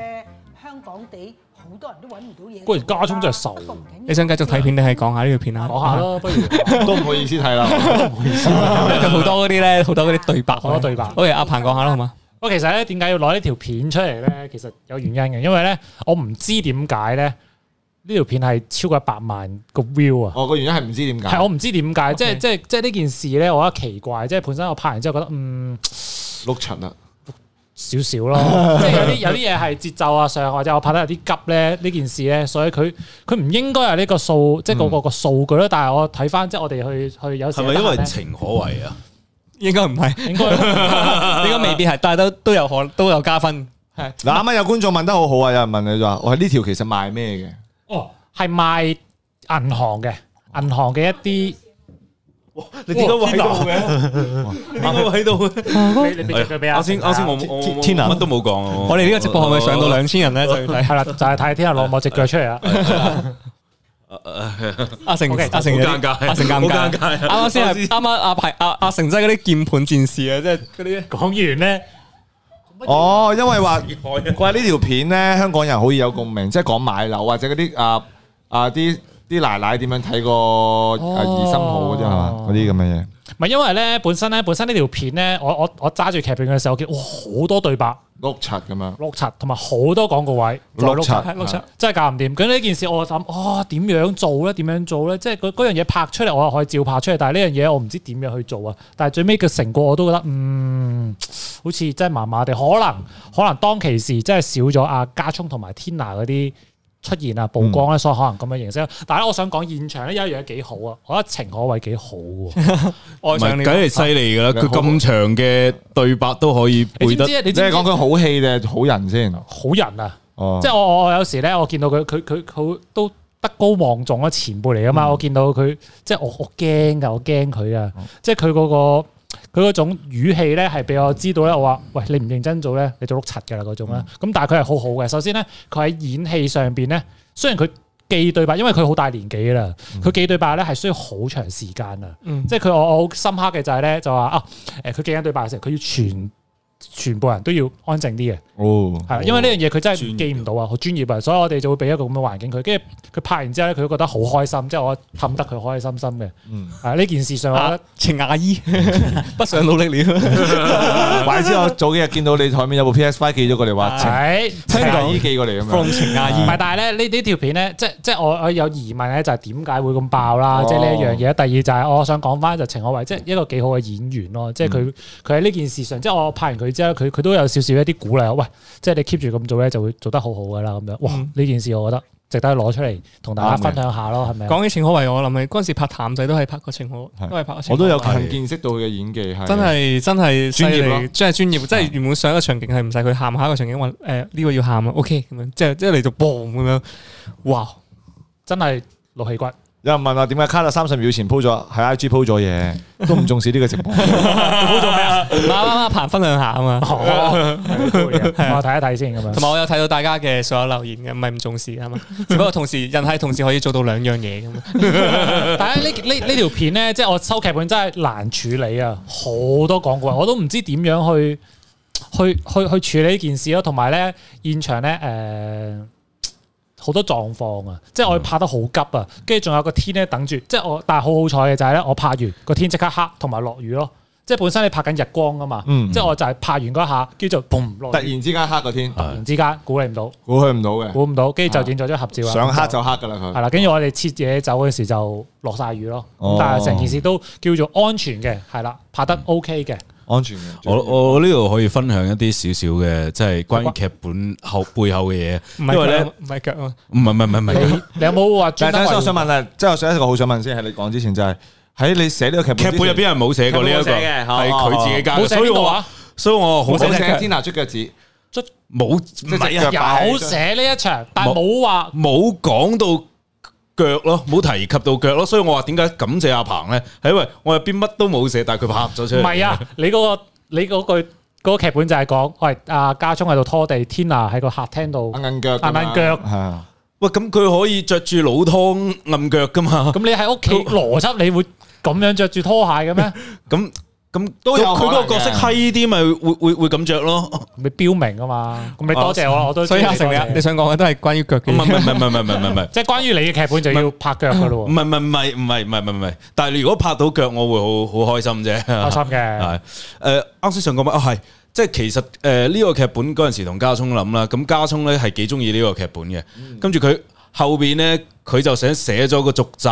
香港地好多人都揾唔到嘢。
果然家中真係瘦
不過唔緊要
你想繼續睇片定係講下呢條片啊？
講下 咯，不如
都唔好意思睇啦，
佢好多嗰啲咧，好多嗰啲對白，好啊
多對白
好，阿彭講下啦，好嘛？
我其實咧點解要攞呢條片出嚟咧？其實有原因嘅，因為咧我唔知點解咧呢條片係超過一百萬個 view 啊！
我哦個原因係唔知點
係我
解，
唔知點解，即係
Okay
即係即係呢件事咧，我覺得奇怪，即係本身我拍完之後覺得嗯
六層啦，
少少咯， 即係有啲有啲嘢係節奏啊上，或者我拍得有啲急咧呢件事咧，所以佢佢唔應該有呢個數，即係個個個數據咯。但係我睇翻即係我哋去去有時
係咪因為
得閒呢
情可為啊？
應該唔係，
應該
應該未必係，但係都都有可都有加分，係
嗱，啱啱有觀眾問得好好啊，有人問你就話：，我呢條其實賣咩嘅？
哦係賣銀行嘅銀行嘅一啲。
你點解會喺度嘅？點解會喺度嘅？
啊你你俾佢俾啊阿
啊
啊
啱先啱先，我我我
Tina
乜都冇講。我
我哋呢個直播係咪上到兩千人咧？就要 睇
系啦，就係睇天下啊落幕只腳出嚟啦。
啊
阿成
OK，
阿成有啲
好尷尬
阿成尷
好
尬，
尷尬
啱啱先係啱啱阿排阿阿成真係嗰啲鍵盤戰士啊，即係嗰啲
講完咧，
哦，因為話。
我
喂，呢條片咧，香港人好易有共鳴，即係講買樓或者嗰啲啊啊啲啲奶奶點樣睇個
哦
啊兒心好嗰啲係嘛？嗰啲咁嘅嘢。
唔係因為咧，本身咧，本身呢條片咧，我我我揸住劇本嘅時候，我見哇好多對白
碌柒咁樣，
碌柒，同埋好多廣告位就係
碌
柒，
柒，
碌柒
真係搞唔掂。咁呢件事我就諗，哦點樣做咧？點樣做咧？即係嗰嗰樣嘢拍出嚟，我又可以照拍出嚟，但係呢樣嘢我唔知點樣去做啊。但係最尾嘅成果我都覺得，嗯，好似真係麻麻地。可能可能當其時真係少咗阿家聰同埋 Tina 嗰啲出現啊、曝
嗯
光咧，所以可能咁嘅形式。但係咧我想講現場咧有一樣嘢幾好啊，我覺得情可偉幾好 喎。
愛上你
梗係犀利噶啦！佢咁長嘅對白都可以
你知
背
唔
得
知，啊？你
你
知
係
唔知
講佢好戲定好人先？
好人啊？
哦，
即係我我我有時咧，我見到佢佢佢佢都德高望重啊，前輩嚟噶嘛。我見到佢即係我我驚噶，我驚佢啊！即係佢嗰個佢嗰種語氣咧，係俾我知道咧。我話喂，你唔認真做咧，你做碌柒噶啦嗰種啦。咁但係佢係好好嘅。首先咧，佢喺演戲上邊咧，雖然佢。記對白，因為佢好大年紀啦，佢記對白咧係需要好長時間啊！
嗯
即係佢我我好深刻嘅就係咧，就話啊誒，佢記緊對白嘅時候，佢要全全部人都要安靜啲嘅，
哦，
係，因為呢樣嘢佢真係
專業
記唔到啊，好專業啊，所以我哋就會俾一個咁嘅環境佢，跟住佢拍完之後咧，佢都覺得好開心，即係我氹得佢開開心心嘅。
嗯
啊呢件事上，我覺
啊
得
程牙醫 不想努力了，
或者之後早幾日見到你台面有部 PS Five 寄咗過嚟，
啊
話情
係
情
香
人
港
依寄過嚟咁
from
樣。
程牙
唔
醫
係，但係咧呢呢條片咧，即即係我我有疑問咧，就係點解會咁爆啦？
哦嗯
即係呢一樣嘢。第二就係哦我想講翻就程可為，即係一個幾好嘅演員咯。即係佢佢喺呢件事上，即係我拍完佢之後，佢佢都有少少一啲鼓勵。喂，即係你 keep 住咁做咧，就會做得好好噶啦。咁樣，哇！
嗯
呢件事我覺得值得攞出嚟同大家
啱嘅
分享下咯，係咪啊？
講起程可為，我諗起嗰陣時拍譚仔都係拍過程可，
係
都係拍過程可為。
我都有近見識到佢嘅演技，係
真係真係犀
專業
利
咯，
真係專業。即係原本上一個場景係唔使佢喊，下一個場景話誒呢個要喊啦，OK 咁樣，即係即係嚟到 boom 咁樣，哇！
真係露氣骨。
有人問話點解卡特三十秒前 po 咗喺 IG po 咗 嘢，都唔重視呢個直播。 啊
啱啱啱彭分享下啊嘛，
哦，我睇一睇先咁樣。
同埋我有睇到大家嘅所有留言嘅，唔係唔重視啊 嘛，只不過同時人係同時可以做到兩樣嘢咁嘛。啊
但係呢呢呢條片咧，即係我收劇本真係難處理啊，好多廣告啊，我都唔知點樣去去去去處理呢件事咯。同埋咧，現場咧誒。呃好多狀況啊！即係我拍得好急啊，跟住仲有個天咧等住，即係我但係好好彩嘅就係咧，我拍完個天即刻黑同埋落雨咯。即係本身你拍緊日光啊嘛，
嗯
即係我就係拍完嗰一下，跟住就嘣落
突然
雨，
之間黑個天，
突然之間估你唔到，
估佢唔到嘅，
估唔到，跟住就影咗張合照啊！
想黑就黑噶啦
係
佢。
啦，跟住我哋切嘢走嗰時就落晒雨咯，咁
哦嗯
但係成件事都叫做安全嘅，係啦，拍得 OK 嘅，
安全嘅。
我我呢度可以分享一啲少少嘅，即係關於劇本後背後嘅嘢，
唔
因為
係腳
咧
啊，唔係腳啊，
唔係唔係唔係唔係。
你你有冇話
但係等
專登
陣先我
維
想
護？
問啊，即係我想一個好想問先，喺你講之前就係喺你寫呢個劇
劇
本
本入邊係冇寫過呢一
劇
個，
本冇寫嘅
係佢自己
冇
加嘅，
寫
所以
邊度
我
啊？
所以我好
冇
冇
寫天拿出腳趾，
冇
即係隻腳擺
有
喺張
寫呢一場，但係冇話
冇講到腳咯，冇提及到腳咯，所以我話點解感謝阿鵬咧？係因為我入邊乜都冇寫，但係佢拍咗出
唔
嚟。
係啊！
嗯
你嗰個你嗰句嗰個劇本就係講，喂，阿家聰喺度拖地，Tina 喺個客廳度，
硬硬腳㗎嘛，
硬硬腳
係啊
喂，咁佢可以着住老湯暗腳噶嘛？
咁你喺屋企
嗯
邏輯你會咁樣着住拖 鞋嘅咩？
咁咁
都有
佢
可
嗰
能嘅
個角色閪啲，咪會會會咁着咯？
你標明啊嘛，咁你
哦
多謝
嗯
我，我都
所以
知
阿成
多
你
謝
你想講嘅都係關於腳
唔係唔係
嘅。
唔係唔係唔係唔係。
即係關於你嘅劇本就要拍腳噶咯
唔
嗯
喎，
係唔係唔係唔係唔係唔係唔係，但係你如果拍到腳，我會好好開心啫。
開心
嗯
嘅。
係誒，啱先想講乜啊？係即係其實誒呢個劇本嗰陣時同家聰諗啦，咁家聰咧係幾中意呢個劇本嘅，跟住佢後邊咧佢就想寫咗個續集，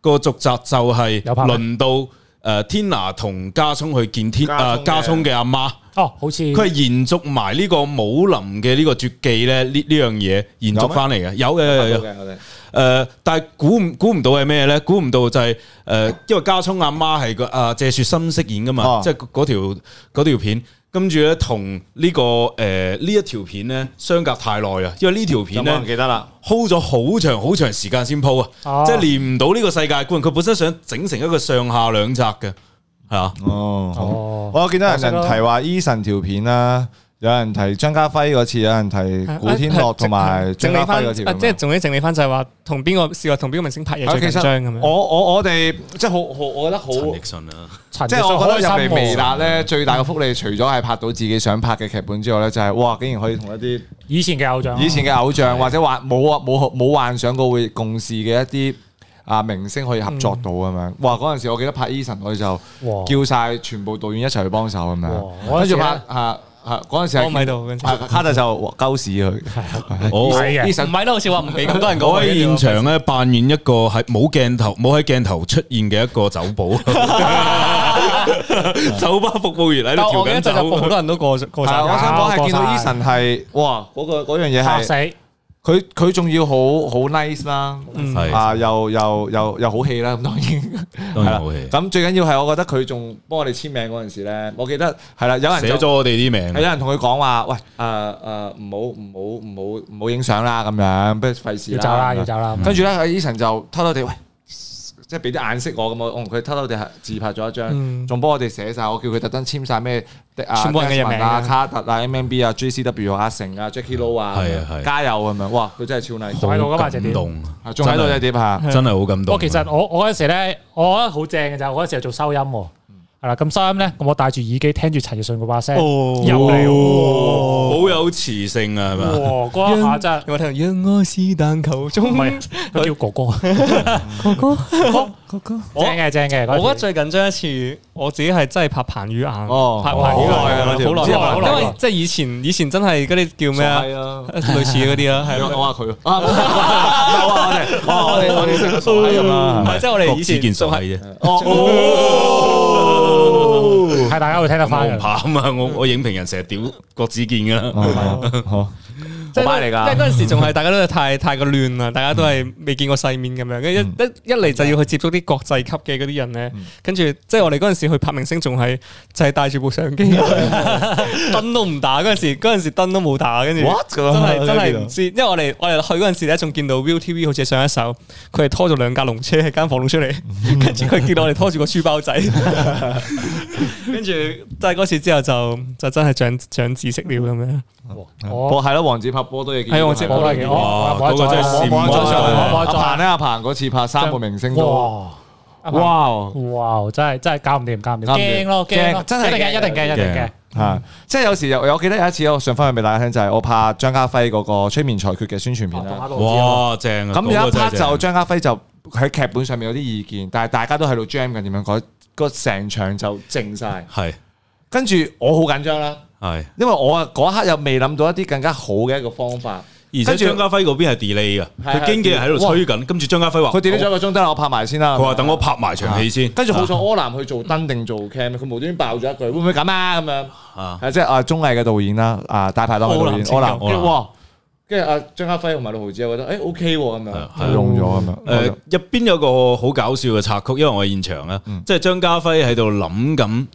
個續集就係
有拍咩
輪到誒天娜同家聰去見天
家聰
誒
嘅
家聰嘅阿媽。
哦，好似
佢係延續埋呢個武林嘅呢個絕技咧，呢呢樣嘢延續翻嚟嘅，有嘅有嘅有
好。嘅我哋
誒、呃但係估唔估唔到係咩咧？估唔到就係、誒、因為家聰阿媽係個啊謝雪心飾演噶嘛，
哦
即係嗰嗰條嗰條片。跟住咧，同呢、個呃誒呢、一條片咧相隔太耐啊，因為呢條
有
片
冇人
咧
記得啦？
hold 咗好長好長時間先鋪啊，
哦
即係連唔到呢個世界觀。佢本身想整成一個上下兩集嘅，係啊，
哦，好
哦
我見到有人
白色咯
提話 Eason 條片啦，有人提張家輝嗰次，有人提古天樂同埋張
整理
家
翻，
輝嗰
啊
條。
即係仲要整理翻就係話同邊個試過同邊個明星拍嘢
啊
最
其
緊張咁
實
樣。
我我我哋即係好好，我覺得好，
陳奕迅啊，
陳
即
奕
係
迅
我覺得
開
入
心
嚟
喎
微辣咧，最大嘅福利除咗係拍到自己想拍嘅劇本之外咧，就係哇，竟然可以同一啲
以前嘅偶像，
以前嘅偶像或者幻冇啊冇冇幻想過會共事嘅一啲啊明星可以合作到咁樣。哇！嗰陣時我記得拍 Eason，我哋
哇
就叫晒全部導演一齊去幫手咁
哇
樣，跟住
嗰
拍
陣時
嚇嚇嗰陣時係
我唔喺度嗰陣時
啊卡特就哇鳩屎佢。
我
係嘅
Eason
唔係啦，好似話唔俾咁多人講。
我喺現場咧扮演一個係冇鏡頭、冇喺鏡頭出現嘅一個酒保，酒吧服務員喺度
但我
調
記
緊酒
得就就。好多人都過咗過
係啊，
晒
我
㗎。
想講係見到
過晒
Eason 係哇，嗰個嗰樣嘢
嚇
係
死，
佢佢仲要好好 nice 啦，
嗯
係
啊又又又又好氣啦，咁當然 係
當
啦
然好戲，
咁最緊要係我覺得佢仲幫我哋簽名嗰陣時咧，我記得係啦，有人
寫
就
咗我哋啲名
係。啊有人同佢講話，喂誒誒唔好唔好唔好唔好影相啦咁樣，不如費事
要走啦，要走
嗯
啦。
跟住咧，阿 Eason 就偷偷地喂，即係俾啲眼色我咁，我我同佢偷偷地係自拍咗一張，
嗯
仲幫我哋寫晒。我叫佢特登簽晒咩的啊，
全部人嘅人名
Desmond 啊、
啊
卡特啊、MMB 啊、JCW 啊、阿成啊、Jackie Lou 啊，
係啊係
加油咁樣，哇！佢真係超 nice，
仲喺度㗎嘛
好
隻
感
碟
動，
啊仲喺度隻碟 嚇，
真係好感
哦
動。啊
我其實我我嗰陣時咧，我覺得好正嘅就係我嗰陣時係做收音喎，係啦，咁收音咧，咁我戴住耳機聽住陳奕迅嗰把聲
哦
入嚟喎，
好有磁性啊，係咪？
哦
哇！嗰一下真係
有冇聽過？讓愛是但求
唔
中。
係佢叫哥哥，
我
正嘅正嘅，
我覺
嗰
得
次
最緊張一次，我自己係真係拍彭于晏，
哦
拍
哦
彭于晏
好耐㗎啦條
好
唔知有
耐，
冇
好
人
耐，因為
講
即係以前以前真係嗰啲叫咩啊，
係啊。
類似嗰啲啦，係
我
咯。
話佢啊，冇啊！我哋，我哋，我哋成個傻閪咁啊
唔
啦。
係即係我哋以
各自件
前
傻
仲係
閪啫，
哦，
係大家會聽得
我唔
翻嘅。
怕啊嘛，我我影評人成日屌郭子健噶啦。
哦好，
即係
我媽嚟㗎
因為嗰陣時仲係大家都係太太過亂啦，大家都係未見過世面咁樣，跟
嗯
住一一嚟就要去接觸啲國際級嘅嗰啲人咧，跟住即係我哋嗰陣時去拍明星仲係就係帶住部相機，
嗯
燈都唔打嗰陣時，嗰陣時燈都冇打，跟住
What？
真係啊真係唔知，因為我哋我哋去嗰陣時咧，仲見到 ViuTV 好似上一手，佢係拖咗兩架龍車喺間房度出嚟，
嗯
跟住佢見到我哋拖住個書 包仔，跟住即係嗰次之後就就真係長長知識了咁樣。
我
波係咯，王子拍波都嘢見。
係啊王子
我都係嘅，
哇
我冇
嗰個
得再
真係
我冇得再上
羨慕啊
我
阿
冇得再
彭咧，阿彭嗰次拍三個明星都，
哇
哇！
哇！真係真係搞唔掂，搞唔掂，
搞唔掂
驚咯驚咯，
驚真係
一定嘅一定嘅一定嘅
驚。
嚇！即係有時有，我記得有一次我想分享俾大家聽，就係我拍張家輝嗰個催眠裁決嘅宣傳片啦。
哇，正啊！
哦咁有一
嗰個真係
part
正
就張家輝就喺劇本上面有啲意見，但係大家都喺度 jam 緊點樣改，個成場就靜晒。
係
跟住我好緊張啦，
係，
因為我啊嗰刻又未諗到一啲更加好嘅一個方法。
而且
跟住
張家輝嗰邊係 delay 噶，
係係
佢經紀人喺度吹緊，跟住張家輝話
佢 delete 咗一個鐘得啦，我拍埋先啦。
佢話等我拍埋場戲先，
跟住好彩柯南去做燈定做 cam，佢無端端爆咗一句，會唔會咁啊？咁樣
啊
係即係啊，綜藝嘅導演啦，啊大排檔嘅導演柯
柯
南，跟住
南
柯南
哇，跟住阿張家輝同埋六毫子，我覺得誒 OK 喎咁
係
樣，
係
用咗咁樣。
誒入邊有個好搞笑嘅插曲，因為我喺現場啦，即係張家輝喺度諗緊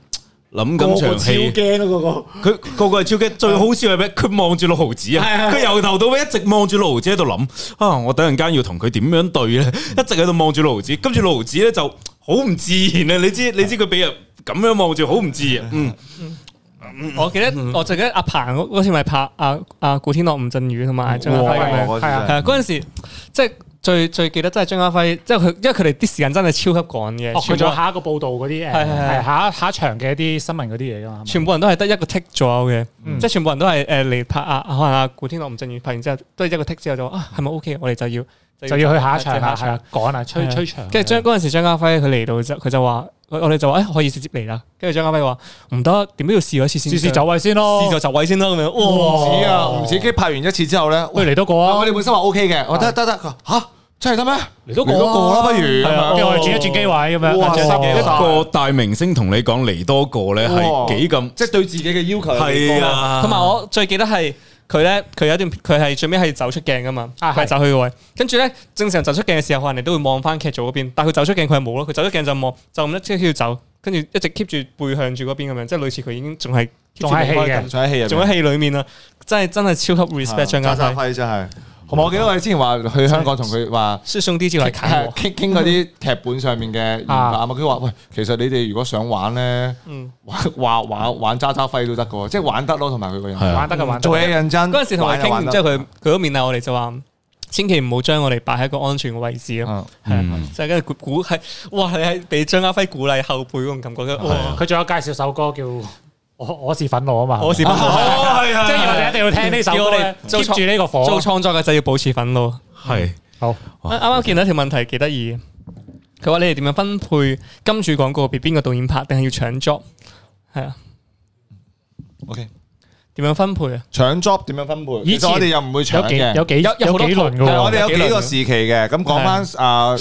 諗緊場戲，
驚咯嗰個，
佢啊個個係超激，最好笑係咩？佢望住六毫子啊，佢由頭到尾一直望住六毫子喺度諗啊！我等陣間要同佢點樣對 咧，一直喺度望住六毫子，跟住六毫子咧就好唔自然啊！你知你知佢俾人咁樣望住，好唔自然。嗯，
嗯
我記得我最記得阿彭嗰嗰次咪拍阿阿古天樂、吳鎮宇同埋張家輝咁樣，
我
係啊
係啊嗰陣時即係最最記得真係張家輝，即係佢因為佢哋啲時間真係超級趕嘅，
哦，佢
全部
仲有下一個報導嗰啲誒，
係係係
係下一下一場嘅一啲新聞嗰啲嘢㗎嘛。
全部人都係得一個 tick 左右嘅，
嗯
即係全部人都係誒嚟拍啊，可能阿古天樂、吳鎮宇拍完之後都係一個 tick 之後就話啊係咪 OK？我哋就要
就要去下一場啦，係
係啊
啦，趕啦，吹
係啊
吹場。
跟住張嗰陣時張家輝佢嚟到就佢就話我我哋就話哎誒可以直接嚟啦，跟住張家輝話唔得，點都要試咗一次先，
試試走啊位先咯
試，咗走位先啦咁樣，哇！
哦
唔止啊，唔止。跟住拍完一次之後咧，
不
喂
如嚟多個啊
我！哋本身話 OK 嘅，我得得得，佢話吓真係得咩？
嚟多個
嚟
啊
多個啦，不如咁
係啊
樣
跟住我哋轉一轉機位咁樣。
哇
轉
十
一
幾
轉
個
機位
個大明星同你講嚟多個咧
哇
係幾咁
即係對自己嘅要求有幾高
係啊，
同埋我最記得係佢咧，佢有一段佢係最尾係走出鏡噶嘛，
啊
佢
係
係走去個位，跟住咧正常走出鏡嘅時候，可能你都會望翻劇組嗰邊，但係佢走出鏡佢係冇咯，佢走出鏡就望就咁一即係要走，跟住一直 keep 住背向住嗰邊咁樣，即係類似佢已經仲係 keep 住
仲喺戲
離開
嘅
咁
仲喺戲入邊
仲喺戲裡面啊，真係真係超級 respect 張家輝，
輝真係。同埋我記得我哋之前話去香港同佢話。
是兄弟就嚟砍
係
我，
傾傾嗰
嗯
啲劇本上面嘅研發啊嘛，佢話喂，其實你哋如果想玩咧，
嗯，
玩玩玩玩渣渣輝都得嘅喎，即係玩得咯，同埋佢個
係啊
人
玩得嘅玩得
做嘢
嘅。
認真。
嗰陣時同佢傾
玩
完
就
之後，
玩
佢
得
佢都面啊我哋就話，千祈唔好將我哋擺喺一個安全嘅位置咯，
嗯
係啊
嗯，
就係跟住鼓鼓係，哇！你係俾張家輝鼓勵後輩嗰種感覺嘅，哇！
佢仲有介紹首歌叫《我我是憤怒》啊嘛。
我是憤怒
哦 係
即係我哋一定要聽呢首
叫
歌
我哋
咧
做
，keep 住呢個火。
做創作嘅就要保持憤怒。
係
好，
啱啱見到條問題幾得意，佢話你哋點樣分配金主廣告俾邊個導演拍，定係要搶 job？係啊，
OK，
點樣分配啊？
搶 job 點樣分配？
以
其
前
實我哋又唔會搶
有幾
嘅。
有幾
有
有
有好多
幾輪嘅
啊係我
喎。
哋有幾個時期嘅，咁講翻啊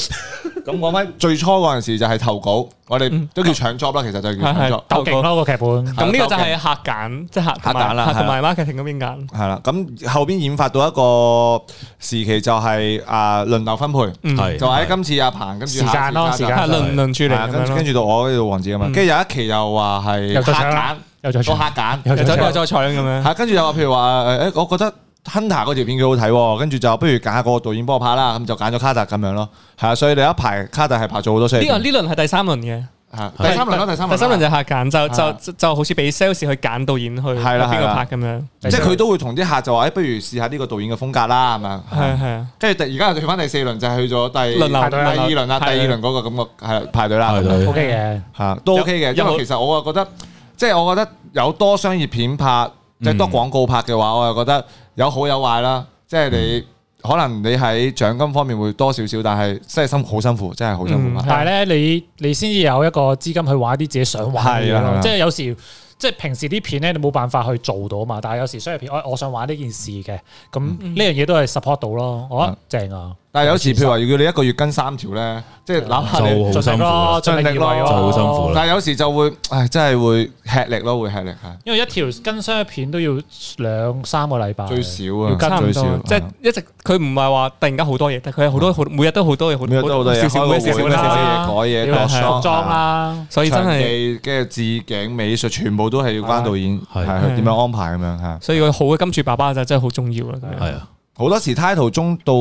咁講翻最初嗰陣時就係投稿，我哋都叫搶 job 啦，其實就叫搶
係
job
係。
鬥勁咯個劇
啊
本。
咁呢個就係客揀，即係客同
客揀啦
埋
係啦
客同埋 marketing 嗰邊揀。
係啦，咁後邊演發到一個時期就係啊輪流分配，
係
就係今次阿彭跟住
時間咯
下次嘉
時間
就係
嗯輪輪住嚟
係啊
咁樣
跟
咯
跟住到我，跟住到黃子咁樣，
嗯
跟住有一期又話係
又
客
再搶
揀
啦，又再
個客
搶，
揀，
又
又
再
再
搶
又再搶咁樣。
嚇，跟住又話譬如話誒誒，我覺得 Hunter 嗰條片幾好睇喎，跟住就不如揀下個導演幫我拍啦，咁就揀咗卡特咁樣咯，係啊，所以你一排卡特係拍咗好多出嚟
呢個呢輪係第三輪嘅，
嚇第三輪咯，第三輪啦，
第三輪就係客揀，就
係啊
就就就好似俾 sales 去揀導演去
係啦
邊
係
個
啦
拍咁樣。
即係佢都會同啲客就話誒，不如試下呢個導演嘅風格啦，咁樣。
係係啊。
跟住第而家又去翻第四輪，就係去咗第
輪流
第二輪啊啦，第
排
二
隊
輪嗰個咁個係排隊啦，
排隊
O K 嘅。
嚇都 OK 嘅，因
有
為
冇
其實我啊覺得，即係我覺得有多商業片拍，即係多廣告拍嘅話，我又覺得有好有壞啦。即係你可能你喺獎金方面會多少少，但係真係辛好辛苦，真啊係好辛苦拍。
嗯
但係咧，你你先至有一個資金去玩啲自己想玩嘅嘢
係啊係
咯
啊。
即係有時，即係平時啲片咧，你冇辦法去做到嘛。但係有時商業片，我我想玩呢件事嘅，咁
嗯
呢樣嘢都係 support 到咯。我覺得正啊，
但係有時譬如話要你一個月跟三條咧，即係哪怕
就
你，
好
盡
辛
力
苦啦
咯，盡力而為咯，
就
好辛苦啦
但係有時就會唉，真係會吃力咯，會吃力係
因為一條跟商業片都要兩三個禮拜，
最少啊
要
差唔
跟
多最
唔
少
即係一直佢唔係話突然間好多嘢，但佢係好多好每日都好多嘢，
每日都好多嘢，
少
開個
少每
會
日少少
咩
啦
啊
嘢改嘢，
要
shot，
服裝
係啊。
啦，
所以真
場
係，
地跟住置景、美術，全部都係要關導演
係
係佢點樣安排咁樣嚇。
所以個好嘅金主爸爸就真係好重要啦。咁樣
係啊，
好多時 title 中到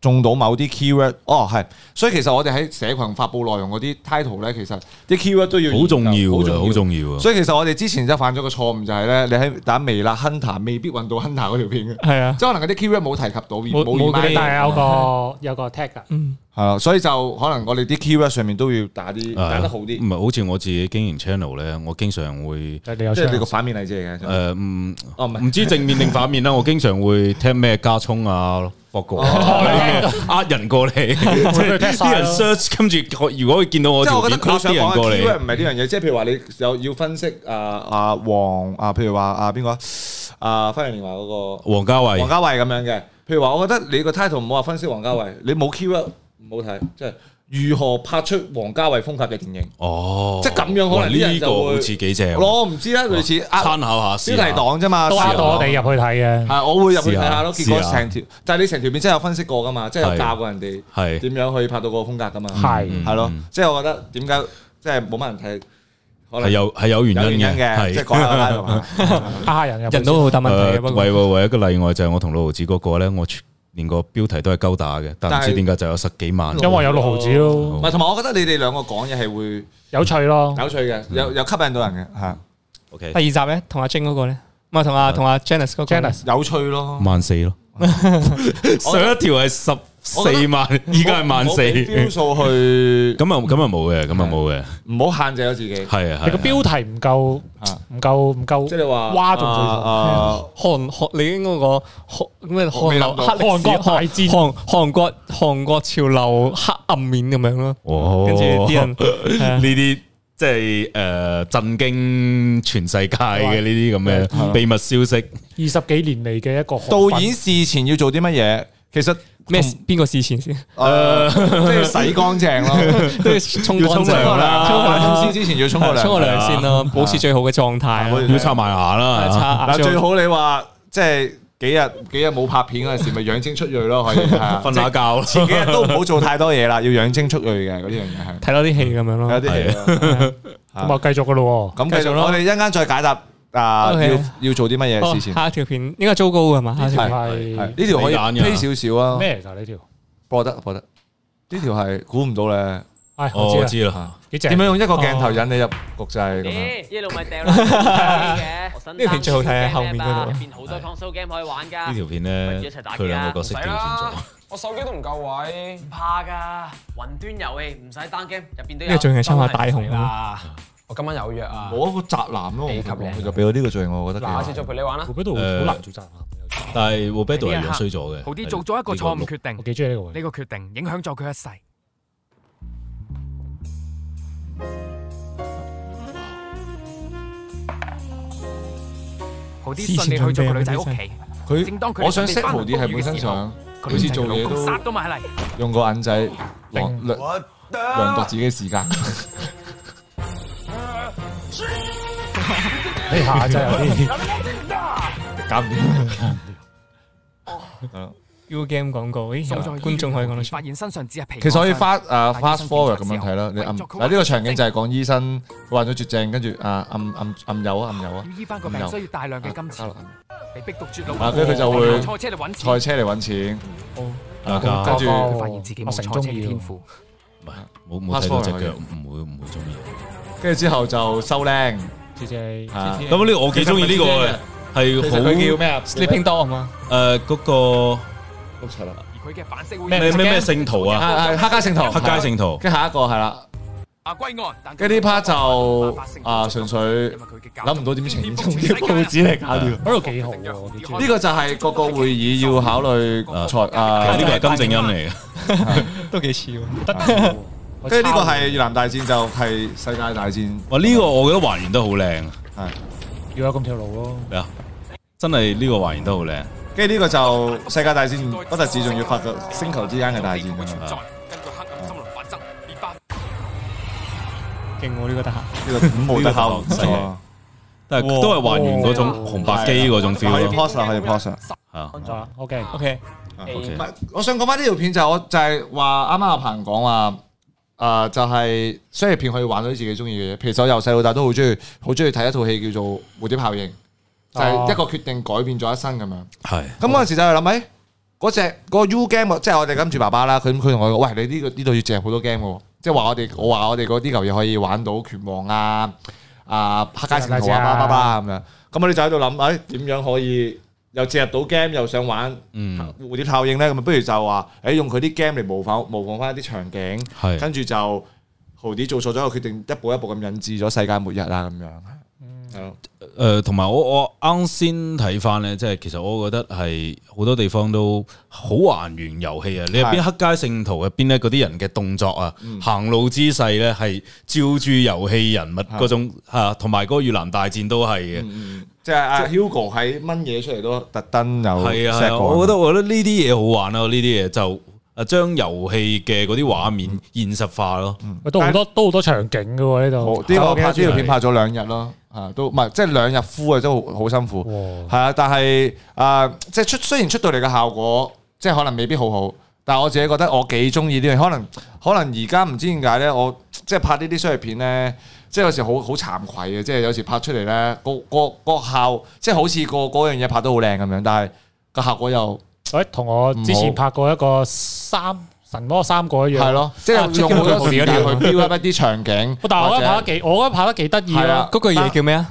中到某啲 keyword，哦係，所以其實我哋喺社群發布內容嗰啲 title 咧，其實啲 keyword 都要
好重要
研究
嘅，好重要啊！
所以其實我哋之前就犯咗個錯誤就係咧，你喺打微辣 hunter 未必揾到 hunter 嗰條 片嘅，
係啊，
即係可能嗰啲 keyword 冇提及到，
冇
冇
冇嗰
但
啲
係
係有個有個 tag 㗎。
嗯，
啦，所以就可能我哋啲 keyword 上面都要打啲
係啊
打得好啲
唔，係好似我自己經營 channel 咧，我經常會
你有
即係你個
channel
反面例子
嗯
嚟嘅。
誒唔
哦唔係
唔知正面 定反面啦，我經常會聽咩加葱啊、霍哥啊呢啲呃 人過嚟，即係啲人 search 跟住，如果佢見到我
即係
條
我覺得
片，呃
佢想
啲人
講
過
嘅 keyword
嚟，
唔係呢樣嘢，即係譬如話你有要分析啊啊黃啊，譬如話啊邊個啊啊花樣年華嗰個。
王家
王
衞
家衛咁樣嘅。譬如話，我覺得你個 title 唔好話分析王家衛，你冇 keyword 唔好睇，即係如何拍出王家衛風格嘅電影。
哦，
即係咁樣可能
喂
啲人
呢個
就會
好似幾正，
我唔知啦，類似呃
參考下
標
先。
題黨啫嘛，
都呃到我哋入去睇嘅。
係我會入去睇下咯。結
試下
果成條，但係你成條片真係有分析過噶嘛，即係有
係
教過人哋
係
點樣去拍到個風格噶嘛。
係
嗯
係咯
嗯，
即係我覺得點解即係冇乜人睇，可
係
能有
有係有原
原
因
因
嘅，
嘅，即係講下啦 係嘛。
呃下人入去
人都好大問題嘅，
誒
不過
唯唯唯一嘅例外就係我同老豪子嗰個咧，我全連個標題都係勾打嘅，但唔知點解就有十幾萬。
因為有六毫子咯，
唔係，同埋我覺得你哋兩個講嘢係會
有趣咯。
有趣嘅，有有吸引到人嘅，係
OK
第二集咧，同阿 Jane 嗰個咧，唔係同阿同阿 Janice 嗰個
Janice
有趣咯。
萬四咯， 上一條係十四萬，依家係萬四，
標
咁
數去，
啊 咁啊冇嘅，咁啊冇嘅，
唔好限制咗自己。
係啊
你個
係啊。
標題唔夠，
啊
唔夠，唔夠，
即係你話
哇仲最 重
啊
韓韓你應該講韓咩韓流黑歷
韓國
史
大戰
韓韓國韓國潮流黑暗面咁樣咯，
哦，
跟住 啲人係啊
呢啲即係誒震驚全世界嘅呢啲咁嘅秘密消息，
二十幾年嚟嘅一個
導演事前要做啲乜嘢？其實
咩邊個事前先
誒，即係洗乾淨咯，
都要沖
要
乾
沖
淨
涼啦
沖
拍
涼
公
先
司之前要沖個涼，啊
沖個涼先咯，保持最好嘅狀態
係
啦。
要刷埋牙啦，係嘛
差
嗱，啊最好你話即係幾日幾日冇拍片嗰陣時，咪養精蓄鋭咯， 可以係啊
瞓下覺啦。
前幾日都唔好做太多嘢啦，要養精蓄鋭嘅嗰啲樣嘢係
睇多啲戲咁樣
有
咯。
啲嘢咯。
咁啊，繼續噶咯
咁哦繼續咯，我哋一陣間再解答啊，
OK
要要做啲乜嘢
哦
事，前
下一條片應該糟糕㗎嘛？下一條
喎，
片
係
係
呢條可以
睇眼㗎
pay 少少啊。
咩嚟㗎呢條？
播得播得，呢條係估唔到咧。
唉，
哦我
我知啦，
知啦，
幾正
點樣？用一個鏡頭引你入局制咁樣？
咦，一路咪掉啦！
呢條片最好睇喺後面嗰
入
度
邊好多 console game 可以玩㗎，
呢條片
咪
咧，
一齊打機啦
佢兩個角色調轉咗。
我手機都唔夠位。
唔怕㗎。雲端遊戲唔使單 game，入邊都
呢個
有。
仲係參考大雄咯。
啊！我今晚有約啊。
我一個宅男咯，我
幾級靚
佢就俾咗呢個罪我，我覺得幾
嗱，下
好。
次再陪你玩啦。
嗰度好
誒
難做責任，
但係 w a b e d o 係樣衰咗嘅，
豪啊啲做咗一個錯誤決
我
定，
幾中意呢個位。
呢個決定影響咗佢一世。豪啲順利去咗個女仔屋企，正當
佢
佢
我想
哋
set
翻
豪啲
到
係
屋企
本
嘅
身
時候
想，
個
好
女
似
仔
做
嘅
嘢
老公殺
都
到埋嚟，
用個銀仔，
定
兩量度自己時間。
呢下真係有啲
搞唔掂。
U game 廣告，咦，
送咗去
觀眾可以講得出
發。現身上只係皮。
其實可以 fast 誒 fast forward 咁樣睇啦。你暗嗱呢個場景就係講醫生患咗絕症，跟住啊暗暗暗有啊暗有啊
要，醫翻個病需要大量嘅金錢，被逼到絕路。
啊跟住佢就會
坐車嚟揾
賽
錢，
車嚟揾錢。啊
大家
跟住
哦
佢發現自己
我
冇
成
賽
中
車嘅
意
天
喎
賦。
冇冇睇到
Fast
只
forward
腳，
佢
唔會唔會中意。
跟住之後就收靚。
似啫。
啊
咁呢個我幾中意呢個嘅，
其實
係
佢叫咩啊
Sleeping Dog 啊嘛，
好誒嗰個
而佢嘅反色會
咩咩咩聖徒
啊
啊，
啊黑街聖堂。
黑街聖徒。
跟住下一個係啦，
啊歸岸，但
跟住呢 part 就啊純粹
因為佢嘅教
諗唔到點呈現中呢個報紙嚟搞掂。
嗰度幾好喎，我幾中意
呢個就係各個會議要考慮
啊
財啊
呢個係金正恩嚟嘅，
都幾似喎。
跟住呢個係越南大戰，就係世界大戰。
哇！呢個我覺得還原得好靚啊，
要有咁條路咯。
咩啊？真係呢個還原得好靚。
跟住呢個就世界大戰，不特止仲要發個星球之間嘅大戰啊咁樣
存在，根據黑暗森林法則，列巴
勁喎呢個得閒，
呢個冇得考，
呢個就但係都係還原嗰種紅白機嗰種 feel
可以
咯。
pause 啦，可以 pause 啦。
啊，
好啦，OK，
OK，
OK
唔係我想講翻呢條片就係我就係話啱啱阿鵬講話，誒就係商業片可以玩到自己中意嘅嘢。譬如我由細到大都好中意，好中意睇一套戲叫做《蝴蝶效應》，就
哦
係一個決定改變咗一生咁樣。
係
咁嗰陣時就係諗，誒嗰隻嗰個 U game，即係啊我哋跟住爸爸啦，佢佢同我講，喂，你呢、個呢度要借好多 game 嘅喎，即係話我哋我話我哋嗰啲嚿嘢可以玩到拳王啊、啊黑街聖徒啊、巴巴巴咁樣。咁我哋就喺度諗，誒、點樣可以又借入到 game，又想玩
嗯
蝴蝶效應咧？咁不如就話，誒、用佢啲 game 嚟模仿模仿翻一啲場景，
係
跟住就豪啲做錯咗個決定，一步一步咁引致咗世界末日啊咁樣。係咯，
誒，呃同埋我我啱先睇翻咧，即係其實我覺得係好多地方都好還原遊戲啊！你入
係
邊黑街聖徒入邊咧，嗰啲人嘅動作啊、
嗯
行路姿勢咧，係照住遊戲人物嗰種嚇，同埋嗰個越南大戰都係嘅。
嗯即係阿 Hugo 喺掹嘢出嚟都特登
嗯
有
係啊，
錫
係啊
過
我覺得我覺得呢啲嘢好玩咯，呢啲嘢就啊將遊戲嘅嗰啲畫
嗯
面現實化咯。
喂都好多都好多場景嘅喎呢度
冇。呢個拍呢
我記
條
得
片拍咗兩日咯，啊都唔係即係兩日敷啊，都好好辛苦。
哇
係啊，但係啊，即係出雖然出到嚟嘅效果，即係可能未必好好，但係我自己覺得我幾中意呢樣，可能可能而家唔知點解咧，我即係拍呢啲商業片咧。即係有時好好慚愧嘅，即係有時拍出嚟咧，個個個效即係好似個嗰樣嘢拍得好靚咁樣，但係個效果又
喂，同我之前拍過一個三神魔三個一樣。啊
係。咯，即係用好多時間去 build up 一啲場景。
哦但係我
或
覺
者
得拍得幾，我覺得拍得幾得意
係啊
啊。
嗰句嘢叫咩啊？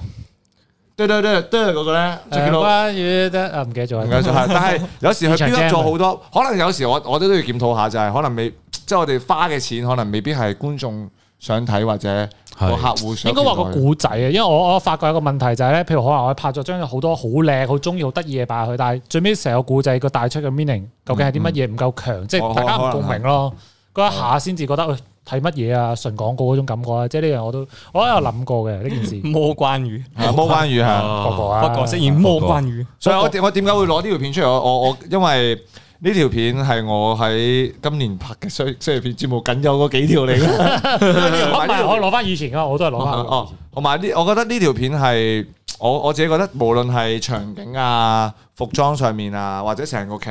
對對對對嗰個咧，最見到
關於得啊，唔記得咗。
唔緊要，係但係有時佢
市場
build
jam 啊
up 咗好多，可能有時我我哋都要檢討下，就係可能未，即係我哋花嘅錢可能未必係觀眾想睇或者個客戶想。
應該話個故仔啊，因為我我發覺一個問題就係咧，譬如可能我拍咗張好多好靚、好中意、好得意嘅嘢擺入去，但係最尾成個故仔個帶出嘅 meaning 究竟係
嗯
啲乜嘢唔夠強，即
哦
係大家唔共鳴咯。嗰一下先至覺得，喂睇乜嘢啊？純廣告嗰種感覺啊！即係呢樣我都我都有諗過嘅呢件事。
魔關羽，
係啊冇關於係，
個個
啊
啊，
個角 色演魔關羽，
所以我點我點解會攞呢條片出嚟？我我我因為呢條片係我喺今年拍嘅商商業片節目僅有嗰幾條嚟嘅。
我唔係我攞翻以前啊，我都 係攞翻。
哦，同埋呢，我覺得呢條片係我我自己覺得，無論係場景啊、服裝上面啊，或者成個劇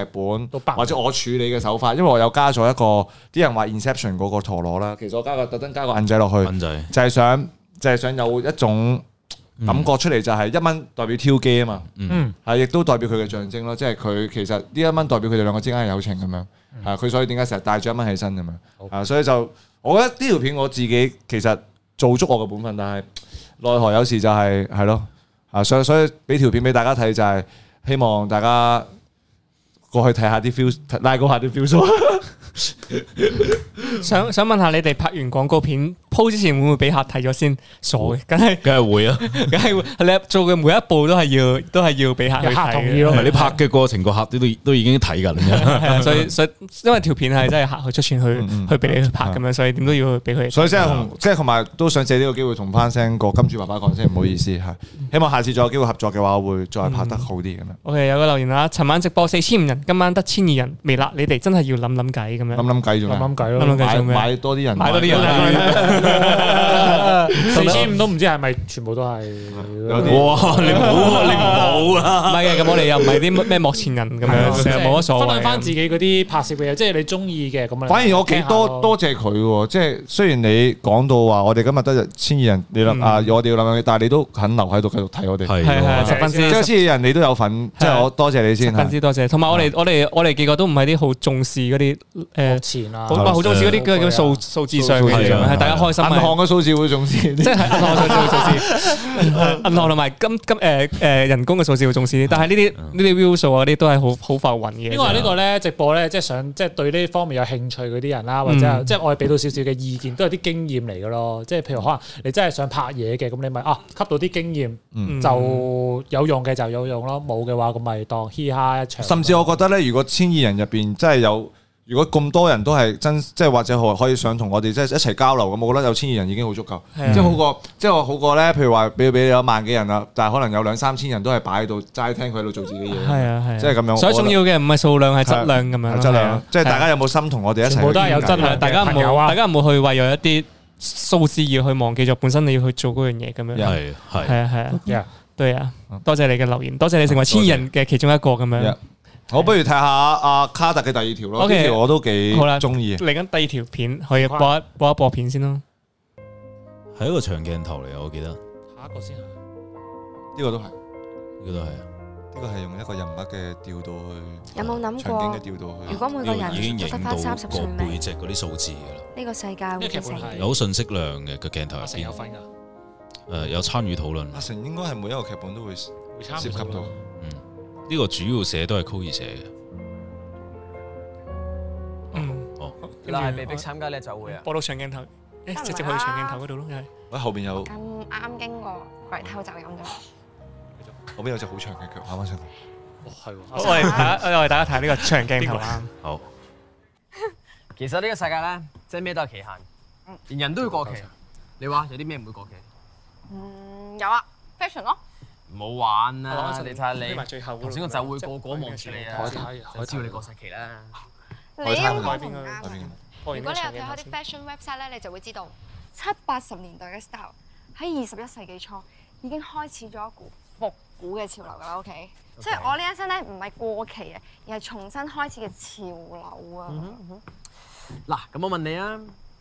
都
本，
爆
或者我處理嘅手法，因為我有加咗一個啲人話 Inception 嗰個陀螺啦，其實我加個特登加個銀仔落去，
蚊仔
就係想就係想有一種感覺出嚟，就係一蚊代表挑機啊嘛，
嗯，
係亦都代表佢嘅象徵咯，即係佢其實呢一蚊代表佢哋兩個之間嘅友情咁樣，啊佢所以點解成日帶住一蚊起身咁樣，啊所以就我覺得呢條片我自己其實做足我嘅本分，但係奈何有時就係係咯，啊所以所以俾條片俾大家睇就係希望大家過去睇下啲 feel，拉高下啲 feel 數。
想想問下你哋拍完廣告片鋪之前會唔會俾客睇咗先？傻嘅，梗係
梗係會啊！
梗係會你做嘅每一步都係要都係要俾客去
有客
睇
同意
嘅
咯
唔係你拍嘅過程，個客都都都已經睇緊嘅。
係 啊，所以所以因為條片係真係客去出錢
嗯
去去俾你去拍咁樣，所以點都要俾佢。
所以即係同即係同埋都想借呢個機會同翻聲個金主爸爸講聲唔好意思係，
嗯
希望下次再有機會合作嘅話，我會再拍得好啲咁樣。
OK，有個留言啦，尋晚直播四千五人，今晚得千二人，微辣，你哋真係要諗諗計咁樣，
諗諗計做咩？
諗諗計
諗
咯
諗。嗯計
買
做咩
買多啲人，
買 多啲人
四千五都唔知係咪全部都係
有啲
哇！你唔好，你唔好啊！
唔係嘅，咁我哋又唔係啲咩幕前人咁
啊
樣，成日冇乜所
分享
謂。
翻自己嗰啲拍攝嘅嘢，即係你中意嘅咁啊。
反而我幾多多謝佢喎，即係雖然你講到話我哋今日得千二人，你諗啊，我哋要諗嘅，但係你都肯留喺度繼續睇我哋。
係
嗯係係
喎
十分之
即係啊千二人你都有份，即係我多謝你
十
先。
分之多謝。同埋我哋我哋我哋幾個都唔係啲好重視嗰啲誒，
錢啊，
好好重視嗰啲叫叫數數字上嘅嘢，
數字啊
係大家開心
銀
啊
行嘅數字會總之，
即係銀行數字會重視，銀行同埋金金誒誒人工嘅數字會重視啲，但係呢啲呢啲 view 數啊，呢啲都係好好浮雲
因
嘅。
為呢個咧直播咧，即係想即係對呢方面有興趣嗰啲人
嗯
啦，或者係即係我哋俾到少少嘅意見，都有啲經驗嚟嘅咯。即係譬如可能你真係想拍嘢嘅，咁你咪啊吸到啲經驗
嗯
就有用嘅就有用咯，冇嘅話咁咪當嘻哈一場。
甚至我覺得咧，如果千二人入邊真係有，如果咁多人都係真，即係或者可可以想同我哋即係一齊交流咁，我覺得有千二人已經好足夠，
係啊
即係好過，即係好過咧。譬如話，俾俾你有萬幾人啦，但係可能有兩三千人都係擺喺度齋聽佢喺度做自己嘢，
係啊係啊，
即係咁樣。
所以重要嘅唔係數量，係質量咁樣
哦係
咯。
質
係
量
啊，
即係大家有冇心同我哋一齊？
全部都係有質量嘅
大家唔
朋友
好，
啊
大家唔好去為咗一啲數字而去忘記咗本身你要去做嗰樣嘢咁樣。係
係係
啊係啊，
Yeah，
對啊，多謝你嘅留言，多謝你成為千人嘅其中一個咁樣
Yeah。我不如睇下阿卡特嘅第二條咯，
OK
呢條我都幾
好啦
中意。
嚟緊第二條片可以播一播一播片先咯。
係一個長鏡頭嚟，啊我記得呢
下一個先啊。
呢個都係，呢
個都係
個係用一個人物嘅調度去，
有冇諗
場景嘅
過，
調度去
如。果每個
呢個已經
人都
影
得
到
翻三十歲
個背
命，
脊嗰啲數字㗎啦，
呢個世界會變成
呢個劇本係
點？
有信息量嘅個鏡頭入
阿成有
邊，
份㗎，
誒有參與討論。
阿成應該係每一個劇本都會涉
會參
及
與
到。
嗯，呢個主要寫都係 Coir 寫嘅。
嗯，
哦，
原來係被逼參加呢酒會啊！
播到長鏡頭，誒直接去長鏡頭嗰度咯，係。
喂，後邊有
咁啊啱經過櫃偷就飲咗，
後邊有隻好長嘅腳跑翻上嚟。
哦係喎，阿成
我哋大 家我哋大家睇呢個長鏡頭啊啦。
好，
其實呢個世界咧，即係咩都有期限，連人都要過期。你話有啲咩唔會過期？
嗯，有啊，fashion 咯，
唔好玩
我
啦！
諗
你睇下
匿埋最
你
後嗰度
頭先個酒會個個望住你
海
啊，
灘海
就知道你
灘
過晒期啦。
你
海灘
咁講同
海
後邊
啱啊。
播完
如
呢個
果你有
長鏡頭
睇開啲
先
fashion website 咧，你就會知道七八十年代嘅 style 喺二十一世紀初已經開始咗一股復古嘅潮流㗎啦。OK，即係我呢一身咧唔係過期嘅，而係重新開始嘅潮流啊。
嗱，咁我問你啊，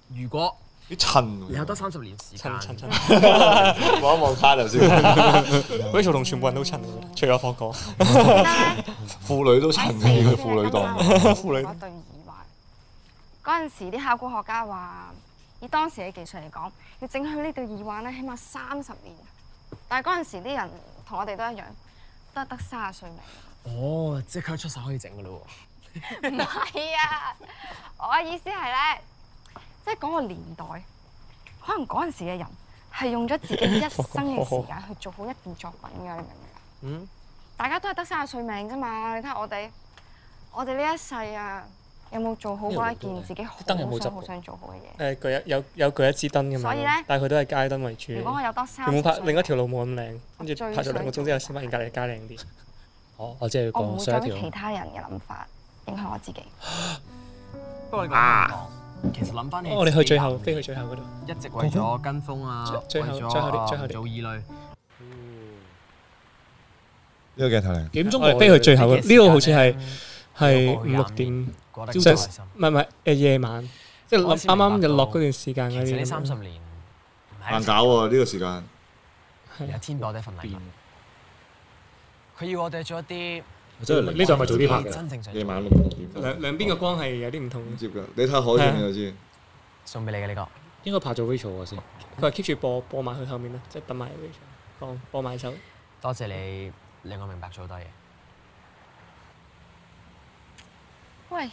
如果
啲襯
你有得三十年時間，
襯襯 襯
望一望卡頭先，
，Rachel 同全部人都襯，除咗霍哥。
記得咧。
婦女都襯嘅佢婦女檔。
婦女對耳環。嗰陣時啲考古學家話，以當時嘅技術嚟講，要整佢呢對耳環咧，起碼三十年。但係嗰陣時啲人同我哋都一樣，都係得三十歲命。
哦，即係佢一出手可以整噶咯喎。
唔係啊，我嘅意思係咧，即係嗰個年代，可能嗰陣時嘅人係用咗自 己一生嘅時間去做好一件作品㗎，你明唔明啊？
嗯，
大家都係得三十歲命啫嘛，你睇下我哋，我哋呢一世啊，有冇做好嗰一件自己好
燈有冇執
想
過嗯
好想做好嘅嘢？
誒舉一有有舉一支燈咁
所以
樣
呢，
但係佢都係街燈為主。
如果我有多三
原本
十
拍
歲，
另一條路冇咁靚，跟住
最
拍咗兩個鐘之後
想
先發現隔離街靚啲。
我我即係
我唔
講
會
上
將
一條
其他人嘅諗法影響我自己。
不過你講其實諗翻起，
我哋去最後，飛去最後嗰度。
一直為咗跟風啊，
最
為
最
咗
後最後啲最後
啊
啲
做異類。
呢個鏡頭嚟。
幾點
我
鐘
哋飛去最後嗰度，呢個好似係
有
係
個
五
去
六
廿
點，
過得
即
幾
係
開心。
唔係唔係誒夜晚，即係
我
啱
先明白
啱日落嗰段時間嗰
其實呢
啲
三
咁
十
樣。
年唔係
難
一
搞喎呢個時間。
而家天俾我哋一份禮物，佢要我哋做一啲
真
呢度係咪早啲拍嘅？
真正想
夜
做
晚六點。
兩兩邊嘅光係有啲唔同。
唔接㗎，你睇海上面就知。
送俾你嘅呢個。
應該拍咗 Rachel 嘅先。
佢話 keep 住播播埋去後面啦，即係等埋 Rachel 放播埋首。
多謝你令我明白咗好多嘢。
喂，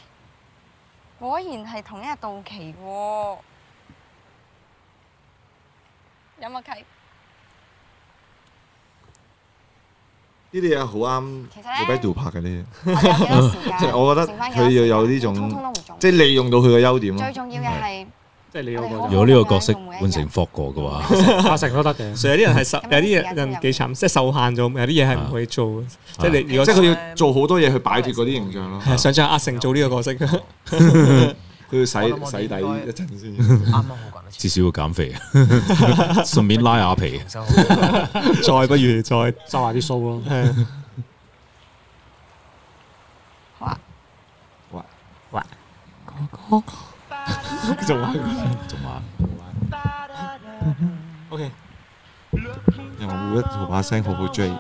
果然係同一日到期喎，有默契。
呢啲嘢好啱
其實呢
Roberto 拍嘅呢
我哋有幾多時間
啲，即係我覺得佢要有呢
通通都
種，
唔重要
即係利用到佢嘅優點咯
最。重要嘅係即係你嗰個
如果呢個角色換成霍哥嘅話，
阿成都得嘅。
所以有啲人係受，有啲人幾慘，即係受限咗，有啲嘢係唔可以做嘅。即係你如
即係
果
佢要做好多嘢去擺脱嗰啲形象咯。
係想像阿成做呢個角 色，
佢要洗洗底一陣先。
啱啱好講得
至少要減 肥，順便拉下皮。
收好。
再不如再
收埋啲須咯。
係
好啊，
哇！
仲玩
仲玩
OK。
因為我會一做把聲好好追。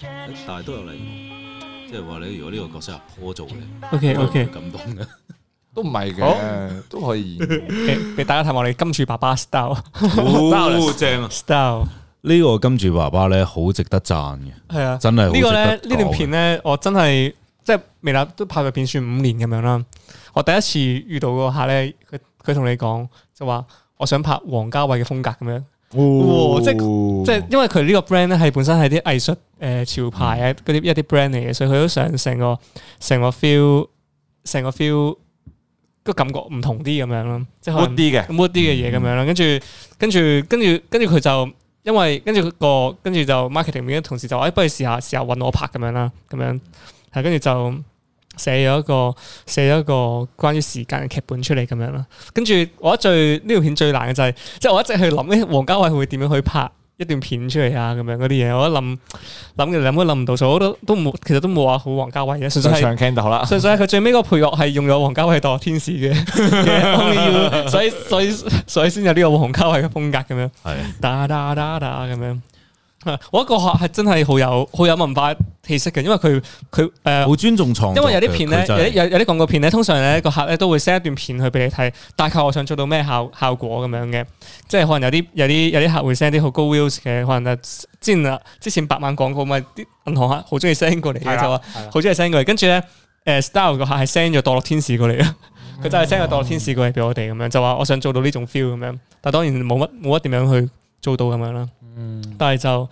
但係都有嚟，即係話你如果呢個角色阿坡做嘅
OK
我
OK，
唔感動 嘅。
都唔係嘅，都可以。
俾俾大家睇我哋金柱爸爸 style
好正啊！
style
呢個金主爸爸咧，好值得讚嘅。
係啊，
真係好
呢個咧
值得講
呢段片咧，我真係即係微辣都拍入片算五年咁樣啦。我第一次遇到個客咧，佢佢同你講就話我想拍王家衞嘅風格咁樣。
哦
哇即即係因為佢呢個 brand 咧係本身係啲藝術誒、呃潮牌啊嗰啲一啲 brand 嚟嘅，所以佢都想成個成個 feel 成個 feel 個感覺唔同啲咁樣咯，即係可能
啲嘅，
咁 mood 啲嘅嘢咁樣啦。跟住跟住跟住跟住佢就因為跟住個跟住就 marketing 面嘅同事就話：，哎，不如試下試下揾我拍咁樣啦，咁樣係跟住就寫咗一個寫咗一個關於時間嘅劇本出嚟咁樣啦。跟住我覺得最呢條片最難嘅就係、即係我一直去諗咧，王家衞會點樣去拍一段片出嚟啊？咁樣嗰啲嘢，我一諗諗嘅諗都諗唔到，所以我都都冇，其實都冇話好王家衞嘅，純粹
想
係。
唱 Can 就好啦。
純粹係佢最尾嗰個配樂係用咗王家衞當天使 嘅嘅 Only You，所以所以所以先有呢個王家衞嘅風格咁樣，
係
打打打打咁樣。啊我覺得個學係真係好有好有文化氣息嘅，因為佢佢誒
好尊重創作嘅。
因為有啲片咧
佢，真係
有啲有有啲廣告片咧，通常咧個客咧都會 send 一段片去俾你睇，大概我想做到咩效效果咁樣嘅，即係可能有啲有啲有啲客會 send 啲好高 views 嘅，可能啊之前啊之前百萬廣告咪啲銀行客好中意 send 過嚟嘅，就話好中意 send 過嚟，跟住咧誒 style 個客係 send 咗墮落天使過 嚟啊，佢
嗯
真係 send 咗墮落天使過嚟俾我哋咁樣，就話我想做到呢種 feel 咁樣，但係當然冇乜冇乜點樣去做到咁樣啦，
嗯
但係就。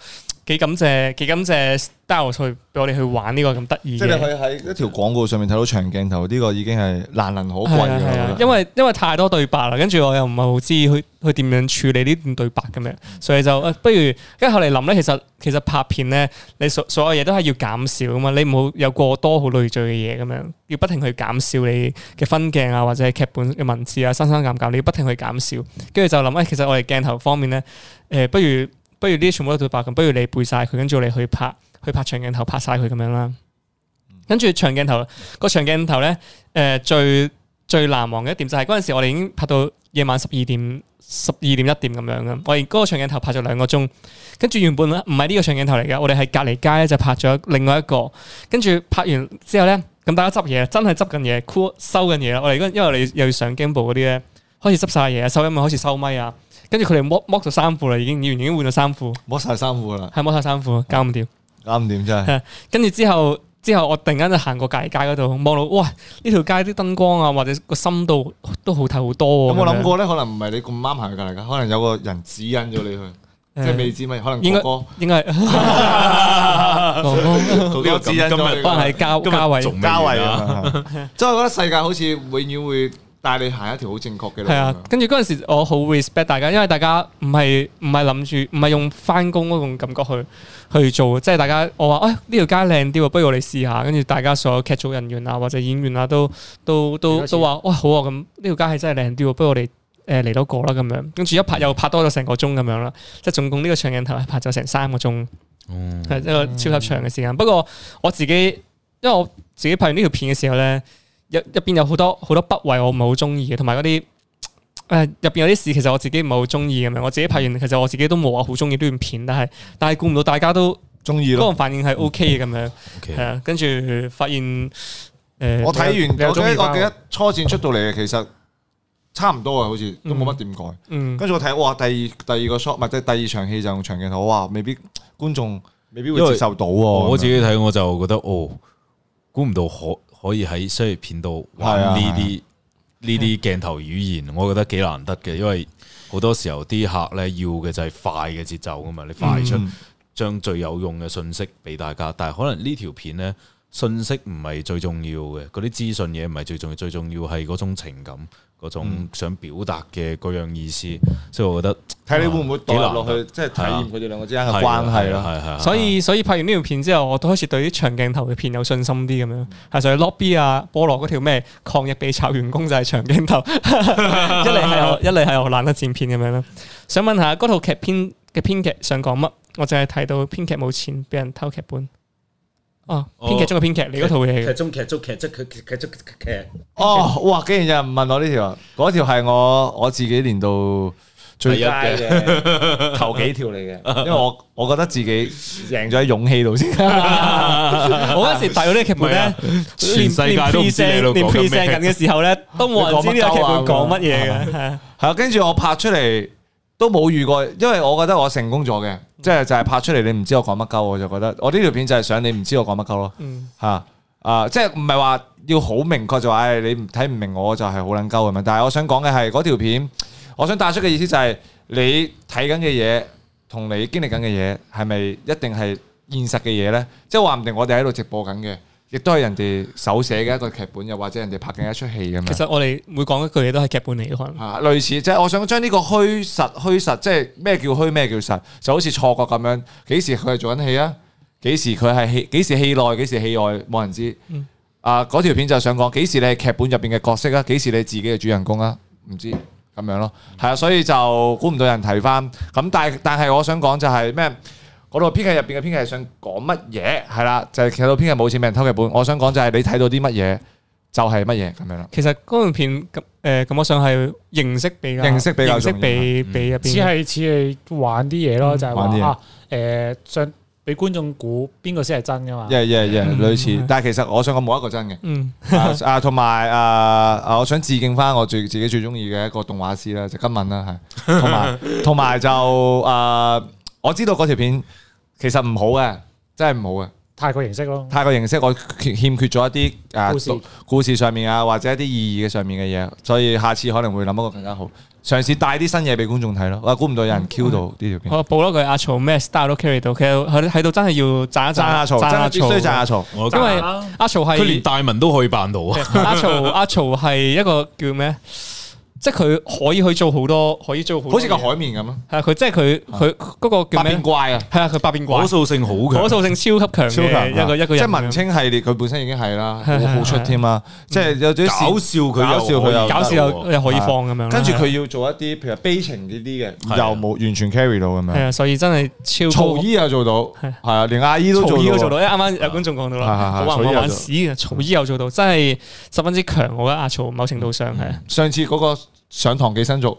幾感謝幾感謝 style 去俾我哋去玩呢個咁得意
即係
嘅
你可以喺一條廣告上面睇到長鏡頭，呢個已經係難能可貴
係啊係啊
嘅。
因為因為太多對白啦，跟住我又唔係好知佢佢點樣處理呢段對白咁樣，所以就誒不如跟住後嚟諗咧，其實其實拍片咧，你所所有嘢都係要減少噶嘛，你唔好有過多好累贅嘅嘢咁樣，要不停去減少你嘅分鏡啊，或者係劇本嘅文字啊，生生減減，你要不停去減少，跟住就諗誒、哎其實我哋鏡頭方面咧，誒、不如不如呢啲全部都對白咁，不如你背晒佢，跟住你去拍去拍長鏡頭拍晒佢咁樣啦。跟住長鏡頭個長鏡頭咧，誒、最最難忘嘅一點就係嗰陣時，我哋已經拍到夜晚十二點、十二點一點咁樣嘅。我哋嗰個長鏡頭拍咗兩個鐘，跟住原本咧唔係呢個長鏡頭嚟嘅，我哋係隔離街咧就拍咗另外一個。跟住拍完之後咧，咁大家執嘢，真係執緊嘢，cool 收緊嘢啦。我哋嗰因為我哋又要上京部嗰啲咧，開始執晒嘢，收音咪開始收咪啊。跟住佢哋剝剝咗衫褲啦，已經演員已經換咗衫褲，
剝晒衫褲啦，
係剝晒衫褲，搞唔掂。
搞唔掂
啊
真係。
跟住之後，之後我突然間就行過隔離街嗰度，望到哇呢條街啲燈光啊，或者個深度都好睇好多
咁
喎。
我
咁
諗
樣
過咧，可能唔係你咁啱行㗎嚟㗎，可能有個人指引咗你去，即係未知咪可能
應該
哥哥
應 該係
哥 哥指引咗你
可能係
去。
嘉
今日
嘉
仲
偉，
嘉偉啊， 即係我覺得世界好似永遠會帶你行一條好正確嘅路。
係啊。跟住嗰陣時，我好 respect 大家，因為大家唔係唔係諗住唔係用翻工嗰種感覺去去做，即係大家我話誒哎呢條街靚啲喎，不如我哋試下。跟住大家所有劇組人員啊或者演員啊都都都都話哇好啊咁呢條街係真係靚啲喎，不如我哋。誒嚟多個啦咁樣，跟住一拍又拍多咗成個鐘咁樣啦，即係總共呢個長鏡頭係拍咗成三個鐘，係一個超級長嘅時間。不過我自己，因為我自己拍完呢條片嘅時候咧，入入邊有好多好多筆位我唔係好中意嘅，同埋嗰啲誒入邊有啲事其實我自己唔係好中意咁樣。我自己拍完其實我自己都冇話好中意呢段片，但係但係估唔到大家都
中意
嗰個
咯。
反應係 OK 嘅咁樣，
OK
係啊。跟住發現誒，
我睇
你
完，
有
我記
中意
得我
返
記得初戰出到嚟嘅其實差唔多啊，好似都冇乜點改。
嗯
跟住我睇，哇！第二第二個 shot 唔係即係第二場戲就用長鏡頭，哇！未必觀眾未必會
因為
接受到喎。
我自
咁樣
己睇我就覺得哦，估唔到可可以喺商業片度玩
係啊
呢啲呢啲鏡頭語言，我覺得幾難得嘅，因為好多時候啲客咧要嘅就係快嘅節奏噶嘛，你快出
嗯
將最有用嘅信息俾大家，但係可能呢條片咧信息唔係最重要嘅，嗰啲資訊嘢唔係最重要，最重要係嗰種情感，嗰種
嗯
想表達嘅嗰樣意思。所以我覺得
睇你會唔會代入落
幾
去，
難
即係體驗佢哋兩個之間
係啊
嘅關啊係啦。
係啊係啊係啊
所以所以拍完呢條片之後，我都開始對啲長鏡頭嘅片有信心啲咁樣。係上去 lobby 啊，菠蘿嗰條咩抗日被炒員工就係長鏡頭， 一嚟係我一嚟係我懶得剪片咁樣啦。想問下嗰套劇編嘅編劇想講乜？我淨係睇到編劇冇錢，俾人偷劇本。哦，編劇中嘅編劇，你嗰套嘢
劇
嘅
中劇中劇即劇劇中劇。
哦，哇！竟然有人問我呢條啊，嗰條係我我自己年度最佳
第一
嘅頭幾條嚟 嘅，因為我我覺得自己贏咗喺勇氣度先。
我嗰時遞嗰啲劇本
係啊
咧，
全世界都唔知你喺度講緊咩
連 present 緊嘅時候 咧，都冇人知呢個劇本講乜嘢 嘅。係
係
啊
啊，跟住我拍出嚟都冇遇過，因為我覺得我成功咗嘅，即係就係拍出嚟你唔知我講乜鳩，我就覺得我呢條片就係想你唔知我講乜鳩咯。
嗯
吓啊，即係唔係話要好明確就話，唉，你唔睇唔明我就係好撚鳩咁樣。但係我想講嘅係嗰條片，我想帶出嘅意思就係你睇緊嘅嘢同你經歷緊嘅嘢係咪一定係現實嘅嘢呢？即係話唔定我哋喺度直播緊嘅，亦都係人哋手寫嘅一個劇本，又或者人哋拍緊一出戲咁樣。
其實我哋每講一句嘢都係劇本嚟嘅，可能。
啊，類似即係我想將呢個虛實虛實，即係咩叫虛咩叫實，就好似錯覺咁樣。幾時佢係做緊戲啊？幾時佢係戲？幾時戲內？幾時戲外？冇人知。
嗯
啊，嗰條片就想講幾時你係劇本入邊嘅角色啊？幾時你自己嘅主人公啊？唔知咁樣咯。係啊，所以就估唔到有人提翻。咁但係但係我想講就係咩？嗰度編劇入邊嘅編劇係想講乜嘢？係啦，就係、其實到編劇冇錢俾人偷劇本。我想講就係你睇到啲乜嘢就係乜嘢咁樣啦。
其實嗰段片咁誒咁，我想係形式比較
形式比較重要
形式比
嗯
比入邊
只係似係玩啲嘢 咯，就係
玩啲嘢
話啊誒，想俾觀眾估邊個先係真噶嘛？
耶耶耶，類似，但係其實我想講冇一個真嘅。
嗯
啊啊，同埋啊啊，我想致敬翻我最自己最中意嘅一個動畫師啦，就金敏啦，係 同埋同埋就啊，我知道嗰條片其實唔好嘅，真係唔好嘅。
太過形式咯。
太過形式，我缺欠缺咗一啲啊
故事
讀故事上面啊，或者一啲意義嘅上面嘅嘢，所以下次可能會諗一個更加好，嘗試帶啲新嘢俾觀眾睇咯。我估唔到有人 Q
嗯
到呢條片。
我報咗佢阿曹咩 style 都 carry 到，其實喺喺度真係要讚一讚
讚阿曹
讚阿
真係必須讚阿曹我
因為
讚啊
阿曹係
佢連大文都可以扮到啊！
阿曹阿曹係一個叫咩？即係佢可以去做好多，可以做好多嘢
好似個海綿咁咯。
係啊，佢即係佢佢嗰個
百
叫咩？
變怪啊！
係啊，佢百變怪，
可塑性好強
可塑性超級強
超
嘅
強啊
一個一個
即
人。
係文青系列，佢本身已經係 啦，
係係
好好出添啦。即係有啲
搞笑佢又
搞笑佢又
搞笑又又可以放咁樣啦
啊跟住佢要做一啲譬如悲情呢啲
係啊
嘅，又冇完全 carry 到咁
係啊，
樣。
所以真係超
曹
高
姨又做到，係啊，連阿姨都
曹姨
做
都做到，
到
因為。啱啱有觀眾講到啦，
係係係
好玩
曹姨
好
有
玩
做
屎啊！曹姨又做到，真係十分之強。我覺得阿曹某程度上係
上次嗰個上堂寄生族，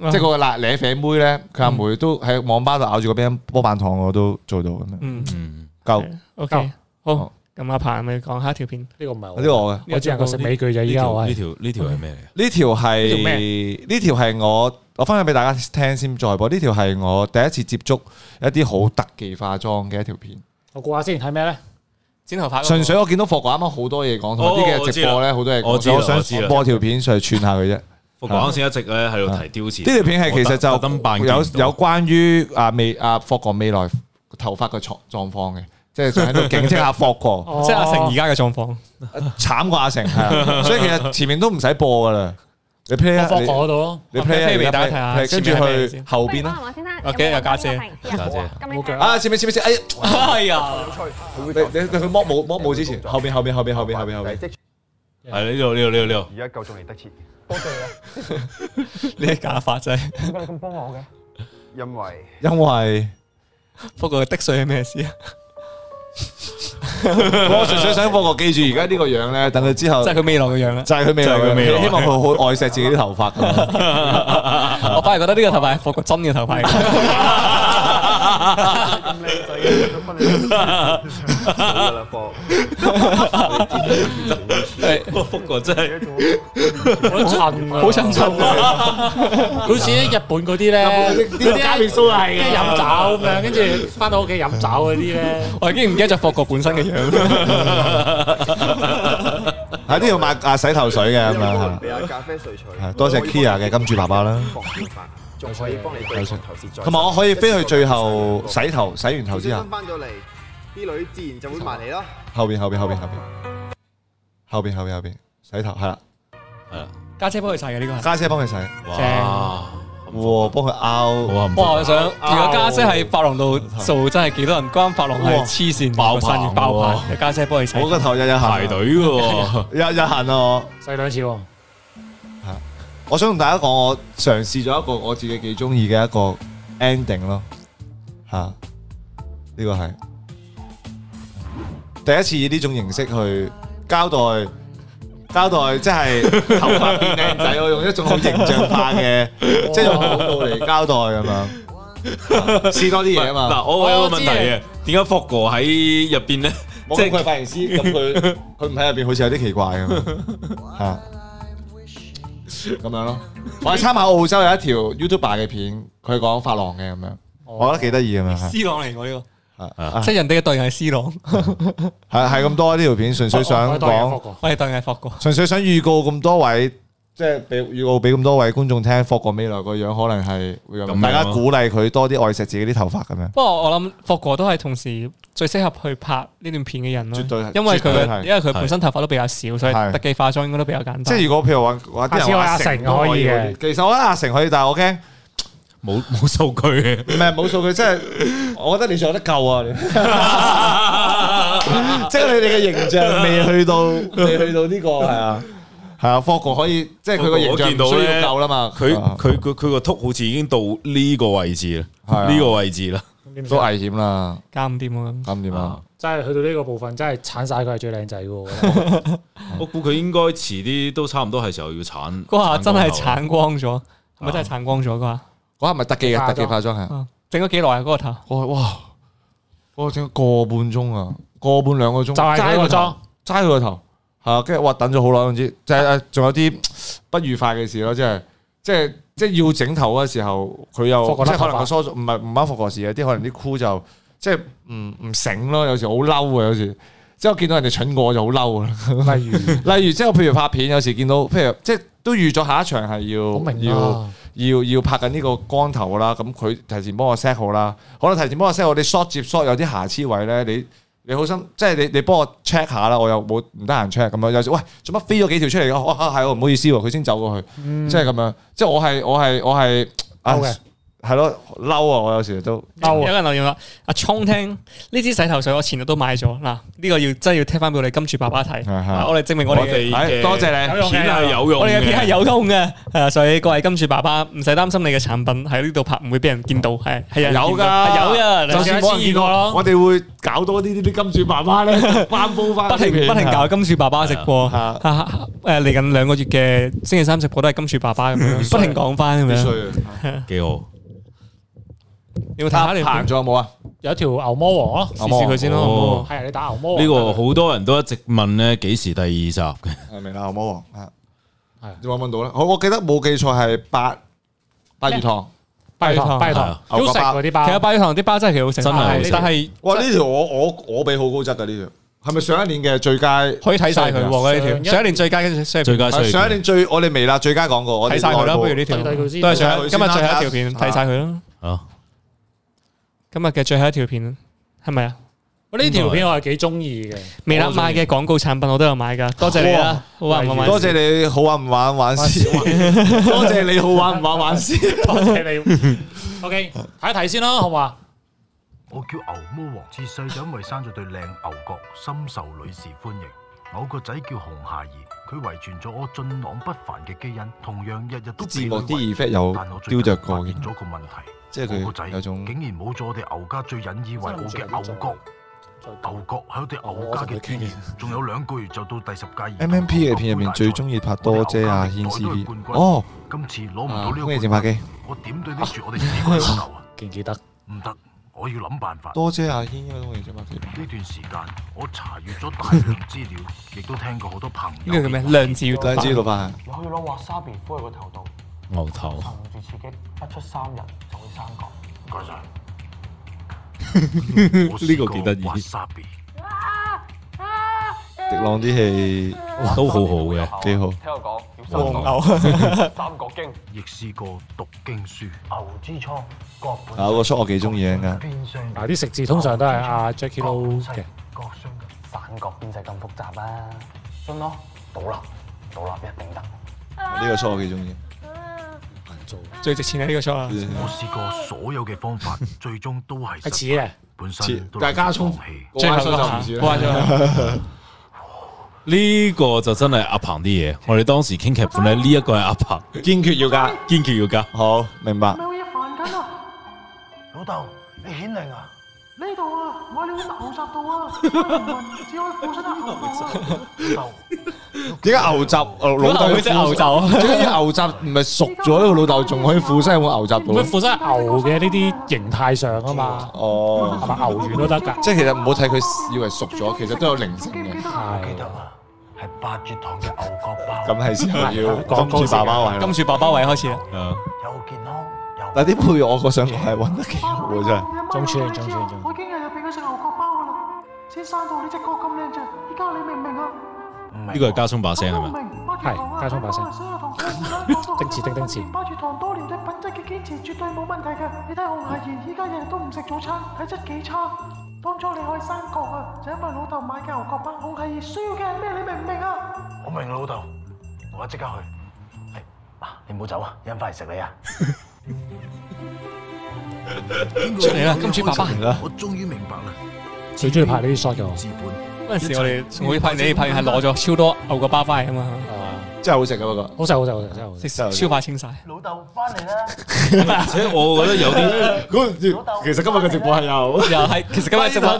嗯
嗯
即係嗰個辣瀨啡妹咧，佢阿妹都喺網吧度咬住個冰波板糖，我都做到咁樣。
嗯
夠
OK
哦
好。咁阿彭，咪講下一條片？呢
個唔係
呢個我嘅，
我只能夠食美句啫。依家我係
呢條呢條係咩嚟？
呢條
呢條
係
咩
呢條係我我分享俾大家聽先再播。呢條係我第一次接觸一啲好特技化妝嘅一條片。
我估下先睇咩咧？
剪頭髮，
純粹我見到霍哥啱啱好多嘢講，同埋啲嘅直播咧好多嘢講，
我知啦
所以
我知啦
想播條片上去串下佢啫。
我講先一直咧喺度提貂蟬。
呢條片係其實
我特登扮
就
見
有
到
有關於啊未啊霍哥未來頭髮嘅狀狀況嘅，即係想喺度警惕下霍哥
哦
即係阿成而家嘅狀況。
慘過阿成係 啊，所以其實前面都唔使播噶啦，你 play 啊，
我
你
霍哥嗰度咯
你
我 play
play 啊，
俾大家睇
play，
下
跟住
前面係咩
去
先
後邊啦。
我先啦，
啊幾日有家姐家姐啊，前面前面前面，哎呀，
哎呀，
你你你去剝帽剝帽之前，後邊後邊後邊後邊後邊後邊。
係呢度呢度呢度呢度。
而家夠仲嚟得切，多謝
你係假髮仔，
你。點解你咁幫我嘅？因為
因為
不過滴水係咩事啊？
我純粹想霍哥記住而家呢個樣咧，等佢之後
即係佢未來嘅樣啦。
就係佢未來
就係佢未
嘅
來
樣，希望佢好愛錫自己啲頭髮咁樣。
我反而覺得呢個頭髮係霍過真嘅頭髮。
我福哥真係
好襯啊！
好襯
à.
襯
啊！ 好似啲日本嗰啲咧，嗰啲假面蘇
啊
係嘅，飲酒咁樣，跟住翻到屋企飲酒嗰啲咧，
我已經唔記得咗霍國本身嘅樣。
喺呢度買啊洗頭水嘅咁樣，
你有咖啡萃取，
係多謝 Kia 嘅金主爸爸啦。
仲可以幫你對頭節再
同埋我可以飛去最後洗頭，洗完頭之後
翻咗嚟，
啲女自然就會埋嚟咯。
後邊後邊後邊後邊後邊後邊後邊洗頭係啦，
係啦，
家姐幫佢洗嘅呢個係
家姐幫佢洗，
哇
哇，幫佢拗，
哇！我想，如果家姐喺髮廊度做，真係幾多人關髮廊係黐線，爆生意爆棚。家姐幫佢洗，
我個頭日日行
排隊嘅喎
日日行啊我。
洗兩次喎，
我想同大家講，我嘗試咗一個我自己幾中意嘅一個 ending 咯，吓、呢、個係第一次以呢種形式去交代交代，即係頭髮變靚仔，我用一種好形象化嘅，即係用廣告嚟交代咁樣，試多啲嘢啊嘛。
嗱，我有個問題嘅，點解福哥喺入邊咧？
即係佢係髮型師，咁佢 佢唔喺入邊，好似有啲奇怪咁 樣嚇，咁樣咯。我係參考澳洲有一條 YouTuber 嘅片，佢講髮廊嘅咁樣，我覺得幾得哦意咁樣。
C 朗嚟我
啊
呢個，即係人哋嘅隊係 C 朗，
係係咁哦多呢條片，純粹想講，
我哋隊係霍哥。
純粹想預告咁多位，即係俾預告俾咁多位觀眾聽，霍過未來個樣可能係會
咁
咁
樣
樣，大家鼓勵佢多啲愛錫自己啲頭髮咁樣。
不過我諗霍哥都係同時最適合去拍呢段片嘅人咯，
絕對係
因為佢
絕對係
因為佢本身頭髮都比較少，所以
係
特技化妝應該都比較簡單。
即係如果譬如話話啲人話阿成都可以嘅，其實我覺得阿成可以，但係我驚
冇冇數據嘅，
唔係冇數據，即係我覺得你做得夠 啊！你即係你哋嘅形象未去 到，未去到呢個係啊，係啊，科哥可以即係佢個形象唔需要夠啦嘛，啊
佢佢佢佢個禿好似已經到呢個位置
係
啦，
啊
呢個位置啦，
都危險啦，
搞唔掂啊！
搞唔掂啊！
真係去到呢個部分，真係鏟晒佢係最靚仔嘅喎。
我估佢應該遲啲都差唔多係時候要鏟。
嗰下真係鏟光咗，係咪真係鏟光咗
啊
嗰下？
嗰下咪特技嘅特技化妝係啊，
啊整咗幾耐啊？嗰個頭，
我哇，我整個半鐘啊，個半兩個鐘，就
係佢個妝，
齋佢個頭，係啊，跟住哇等咗好耐，總之即係仲有啲不愉快嘅事咯，即係即係即係要整頭嘅時候，佢又
霍
即
過甩
係可能
頭髮
個梳唔係唔啱服過事嘅，啲可能啲箍就即係唔唔醒咯，有時好嬲啊，有時。即係我見到人哋蠢過我就好嬲啊！
例如
例如即係我譬如拍片，有時見到譬如即係都預咗下一場係要
我明
要
啊
要要拍緊呢個光頭啦，咁佢提前幫我 set 好啦，可能提前幫我 set 好，你 shot 接 shot 有啲瑕疵位咧，你你好心，即係你你幫我 check 下啦，我又冇唔得閒 check 咁樣，有時喂做乜飛咗幾條出嚟㗎？哇係喎，唔好意思喎，佢先走過去，
嗯
即係咁樣，即係我係我係我係啊
嬲嘅，
係咯嬲啊！我有時都
有人留言話：阿聰聽呢支洗頭水，我前日都買咗。嗱，呢個要真係要聽翻俾我哋金主爸爸睇，啊
係係
我哋證明我哋嘅
係多謝你，
片係有用嘅
我哋嘅片係有用嘅，係啊，所以各位金主爸爸唔使擔心你嘅產品喺呢度拍唔會俾人見到，係係有人
有
見到係
㗎，
有嘅，
就算冇人見過咯，我哋會搞多啲呢 啲金主爸爸咧，翻煲翻
不停不
啊
停搞金主爸爸直播，誒呃嚟緊兩個月嘅星期三直播都係金主爸爸咁樣，不停講翻咁
必
樣。
須啊
幾好。
你有冇睇下你
行咗有冇啊？
有一條牛魔王咯，
試試佢先咯好唔好
哦
係啊，你打牛魔王
呢個好多人都一直問咧，幾時第二集嘅？
係明啦，牛魔王啊，你揾唔揾到咧？我我記得冇記錯係八八月堂，
八月堂八月堂
係啊
好食嗰啲包
其實八月堂啲包真係幾好食，
真係好食
但係
哇！呢條我我我俾好高質㗎呢條，係咪上一年嘅最佳？
可以睇晒佢喎，呢條上一年最佳跟住最
啊上一年最我哋微辣最佳講過，我哋
睇晒佢啦，不如呢條
內
都
部
係上今日最後一條片睇晒佢啦。
好，
今日嘅最後一條片係咪啊？
我呢條片我係幾中意嘅，
微辣賣嘅廣告產品我都有買㗎，多謝你啦，好啊，慢慢
多謝你好啊玩唔玩玩先， 多謝你好玩唔玩玩 先，
多謝你。OK，睇一睇先啦，好嘛？
我叫牛魔王，自細就因為生咗對靚牛角，深受女士歡迎。我個仔叫紅孩兒，佢遺傳咗我俊朗不凡嘅基因，同樣日日都
字幕
被
啲
女遺
effect 有
但我
雕
最近
琢過嘅，
咗個問題，
即係
我個
佢
仔
有種
竟然冇咗我哋牛家最引以為傲嘅牛角。牛角係我哋牛家嘅天然，仲有兩個月就到第十屆兒童
M M P 嘅片入面最中意拍多姐啊、軒 C B 哦，
今次攞唔
啊
到呢個
恭喜
冠
鄭柏
軍
基，
我點對得住我哋自己個老豆啊？
記唔記得？
唔得，我要諗辦法。
多謝阿軒啊，恭喜鄭柏基。
呢段時間，我查閲咗大量資料，亦都聽過好多朋友。
呢個叫咩？量子要
兩支老闆
攞去攞華沙皮敷喺個頭度，
牛頭
受住刺激，不出三日就會生角。
唔該 晒。
呢個幾得意，
迪朗啲戲
아!
都好好嘅，
幾好。
聽我
黃
講，
牛
《
三角經》
亦試過讀經書，《牛之初》各本
啊，個 shot 我幾中意啊，啱。
嗱，啲食字通常都係阿 Jackie Lou 嘅。
各相嘅三角邊際咁複雜啊，信咯，倒立，倒立一定得。
呢個 shot 我幾中意。
最值錢係呢個 shot 啊！
我試過所有嘅方法，最終都係
係似
失敗
嘅，
本
似
身都
但係加葱
放棄
最後嗰下關咗呢個就真係阿鵬啲嘢，我哋當時傾劇本咧，呢一個係阿鵬，
堅決要加，
堅決要加，
好明白。
有嘢煩緊啊！
老豆，你顯靈啊！
呢度啊，我喺你嗰牛殺度啊，只可以附身喺牛度啊！
點解牛雜呃老豆
點解牛隻牛 雜
點解牛雜唔係熟咗，個老豆仲可以附身喺個牛雜
咁佢
度？
負責牛嘅呢啲形態上啊嘛，
哦，
係咪牛丸都得㗎？
即係其實唔好睇佢以為熟咗，其實都有靈性嘅。
記得啊，係八月堂嘅牛角包，
咁啊係時候 要
講
金主爸爸位啦
金。主爸爸位開始啦，
啊
又健康又
但係啲配樂我想講係揾得 幾好嘅真係。
中村中村中
我已經日日俾佢食牛角包噶啦，先生到你隻角咁靚啫，依家你明唔明啊？
呢個係加葱把聲係咪？
係加葱把聲，丁字丁丁字，
八月堂多年對品質嘅堅持絕對冇問題嘅。你睇紅孩兒依家日日都唔食早餐，體質幾差。當初你可以生角啊，就因為老豆買嘅牛角包。紅孩兒需要嘅係咩？你明唔明啊？
我明老豆，我即刻去。係啊，你唔好走啊，有人翻嚟食你 啊！
出嚟啦金主爸爸
嚟啦
我終於明白啦，
最中意拍呢啲 shot 嘅我。
資本
嗰陣時我哋我拍你哋拍係攞咗超多牛角包翻嚟啊嘛，
真係好食嘅不過。
好食好食好食真係好食。
食超快清晒。
老豆翻嚟
而
啦！
且我覺得有啲
嗰陣時其實今日嘅直播係有。
又係，其實今日直播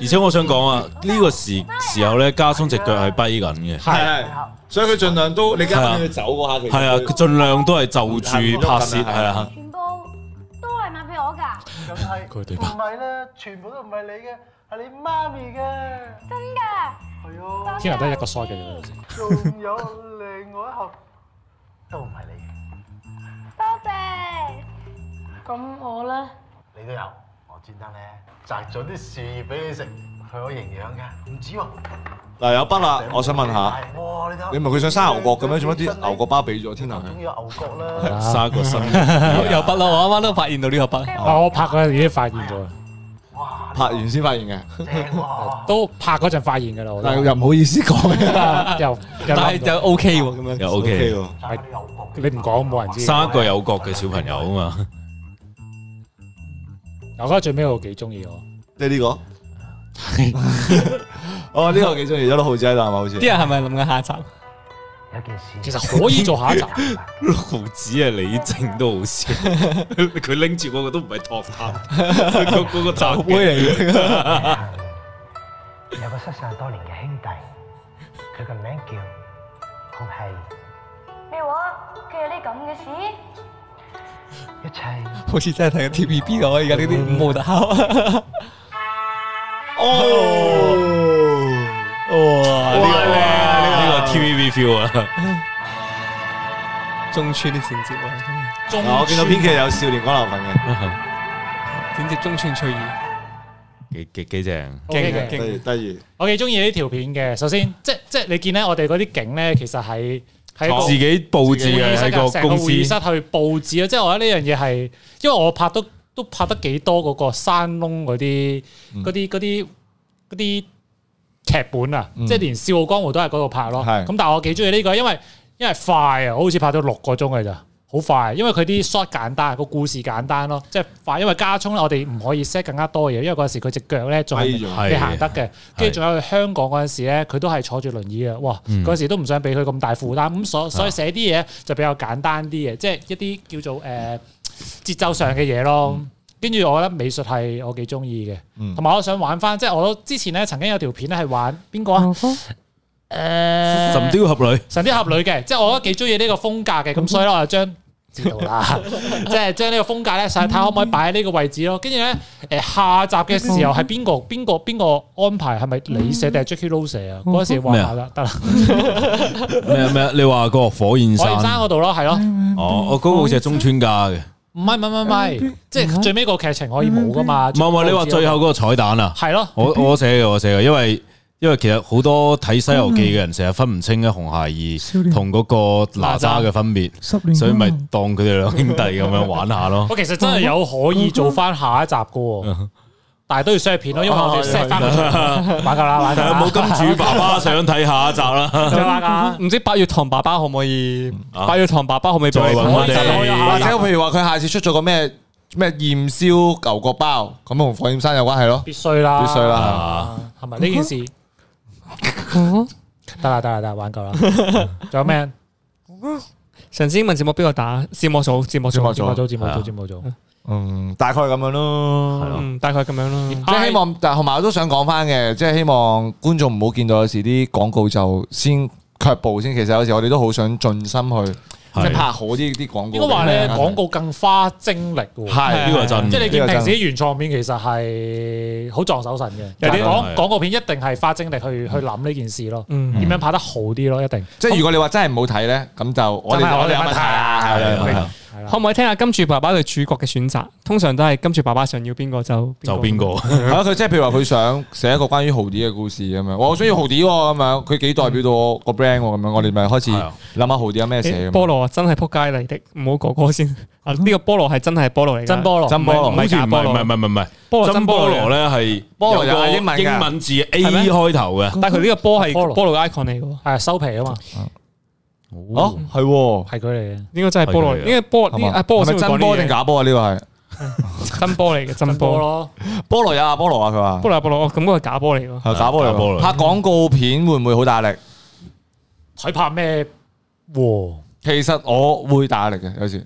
而且我想講啊，呢個時時候咧，加松隻腳係跛緊嘅，
係，所以佢盡量都你
係啊
啱佢走嗰下，其實
係啊，佢盡量都係就住拍攝，係啊，
全部都係買俾我㗎，
梗係
佢對白
唔係啦，全部都唔係你嘅，係你媽咪嘅。
真㗎，
係啊，
天能得一個 shot 嘅啫，
仲有另外一盒都唔係你
多謝。咁我咧？
你都有，我專登咧摘咗啲樹葉俾你食，佢有營養嘅，唔止喎。
嗱有筆啦，我想問下，
哇！你睇下
你唔係佢想生牛角嘅咩？做乜啲牛角包俾咗天能？
終於有牛角啦！
生個身，
有筆啦，我啱啱都發現到呢個筆，
哦
嘅。啊我拍嗰陣已經發現咗，
哇！
拍完先發現嘅，
正 喎，
都拍嗰陣發現㗎啦，我覺
但係
得。
又唔好意思講
又 又
但
諗唔
係
到
就 OK 喎咁樣。
又 OK，
喎。
摘咗啲牛角。
你唔講冇人知。
生一個有角嘅小朋友啊嘛，
我覺得最尾我幾中意我，
即係呢個。 哦，呢個幾中意，有六毫子喺度係咪？好似
啲人係咪諗緊下一集？
有件事
其實可以做下一集。
六毫子係你整都好笑， 佢拎住嗰個都唔係托 塔，嗰嗰個雜杯嚟嘅。
有個失散多年嘅兄弟，佢個名叫酷係，
咩話？佢有啲咁嘅事？
一切
好似真係睇緊 TVB 咯，而家呢啲五毛特效。
哇！呢個呢個 TVB feel 啊，
中村啲剪接啊，
Ờ,
嗱我 見到編劇有少年江流份嘅，
剪接中村翠兒，
幾幾幾正，
OK
勁啊
嘅。
第
勁
二第
我幾中意呢條片嘅。首先，即即係你見咧，我哋嗰啲景咧，其實係喺個
自己佈置
會議
嘅
室
喺
啊
個
成個
公
會議
司
室。去佈置啊。即係我覺得呢樣嘢係，因為我拍都都拍得幾多嗰個山窿嗰啲嗰啲嗰啲嗰啲劇本啊，即係連《笑傲江湖》都係嗰度拍咯。
係
咁，但係我幾中意呢個，因為因為快啊，我好似拍咗六個鐘嘅咋。好快，因為佢啲 shot 簡單，個故事簡單咯，即係快。因為加葱咧，我哋唔可以 set 更加多嘢，因為嗰陣時佢只腳咧仲係
跛咗
未行得嘅。跟住
係
仲有去香港嗰陣時咧，佢都係坐住輪椅嘅。哇！嗰陣時都唔想俾佢咁大負擔，咁所所以寫啲嘢就比較簡單啲嘅，即係一啲叫做誒、呃、節奏上嘅嘢咯。跟住我覺得美術係我幾中意嘅，同埋我想玩翻，即係我之前咧曾經有條片咧係玩邊個啊？呃誒
神雕俠侶，
神雕俠侶嘅，即係我覺得幾中意呢個風格嘅，咁所以咧我就將 知道啦， 即係將呢個風格咧晒睇可唔可以擺喺呢個位置咯。跟住咧，誒下集嘅時候係邊個邊個邊個安排？係咪你寫定係 Jackie Lou 寫啊？嗰陣時話
咩啊
下啦，得啦，
咩咩？你話個火焰
火
山
焰山嗰度咯，係咯，
哦，我嗰個好似係中村家嘅，唔
唔係唔係唔係唔係，即係最尾個劇情可以冇噶嘛？
係唔係，你話最後嗰個彩蛋啊？
係咯，
我我寫嘅，我寫嘅，因為因為其實好多睇《西遊記》嘅人成日分唔清咧紅孩兒同嗰個哪吒嘅分別，所以咪當佢哋兩兄弟咁樣玩下咯。
我其實真係有可以做翻下一集嘅喎，但係都要 set 片咯，因為我哋 set 翻個玩夠啦，玩夠啦。
冇金主爸爸想睇下一集啦，
唔知八月堂爸爸可唔可以？八月堂爸爸可唔可以
再
俾
揾我
或者
哋？
譬如話佢下次出咗個咩咩鹽燒牛角包，咁同火焰山有關係咯，
必須啦，
必須
啊
啦，
係咪
嗯
呢件事？得啦得啦得啦，玩夠啦。 仲有咩？
上次英文節目邊個打？節目組，節目組，
節目組，節目組，節目組。
嗯，大概咁樣咯，
嗯，大概咁樣咯。
即係希望，但係同埋我都想講翻嘅，即係希望觀眾唔好見到有時啲廣告就先卻步先。其實有時我哋都好想盡心去即係拍好啲啲廣告。
應該話咧，廣告更花精力喎。
係呢個係真
即係你見
呢個
平
真
時啲原創片其實係好撞手神嘅，
有
但
啲
係廣
係
廣告片一定係花精力去去諗呢件事咯，
嗯
點樣拍得好啲咯，一定。
即係如果你話真係唔好睇咧，咁就我
真係
哋我哋有
問
問題
題啊
啦，係
Ờ,
啦有問題。
可唔可以聽下金主爸爸對主角嘅選擇？通常都係金主爸爸想要邊個就
就邊個？
係啊咯，佢即係譬如話佢想寫一個關於豪啲嘅故事咁樣，我想要豪啲喎咁樣，佢幾代表到我個 brand 喎咁樣，我哋咪開始諗下豪啲有咩寫啊咁
誒菠
樣。
蘿啊真係撲街嚟的，唔好哥哥先。啊，呢個菠蘿係真係菠蘿嚟㗎，
真菠蘿
唔係唔係假
唔係
菠
唔係
蘿
唔。係唔係，
菠蘿
真
真
菠
菠
蘿
蘿
咧係
菠
有
蘿有
個
英文㗎
英文字 A
係咩
開頭嘅，
但係佢呢個波係
菠蘿
菠蘿嘅 icon 嚟嘅，
係收皮啊嘛，
哦，係喎，
係佢嚟嘅。
應該真係菠蘿，應該菠
係
呢
嘛
啊菠
係
蘿
咪
先會
真
講呢
波
啲
定
嘢
假波啊？呢個係
真波嚟嘅，真波
菠。咯，
菠蘿有啊，菠蘿啊，佢話
菠蘿菠蘿，哦咁嗰個係假波嚟㗎。
係啊假菠
假菠
蘿。
蘿
拍廣告片會唔會好大壓力？
睇拍咩？喎，
其實我會打壓力嘅，有時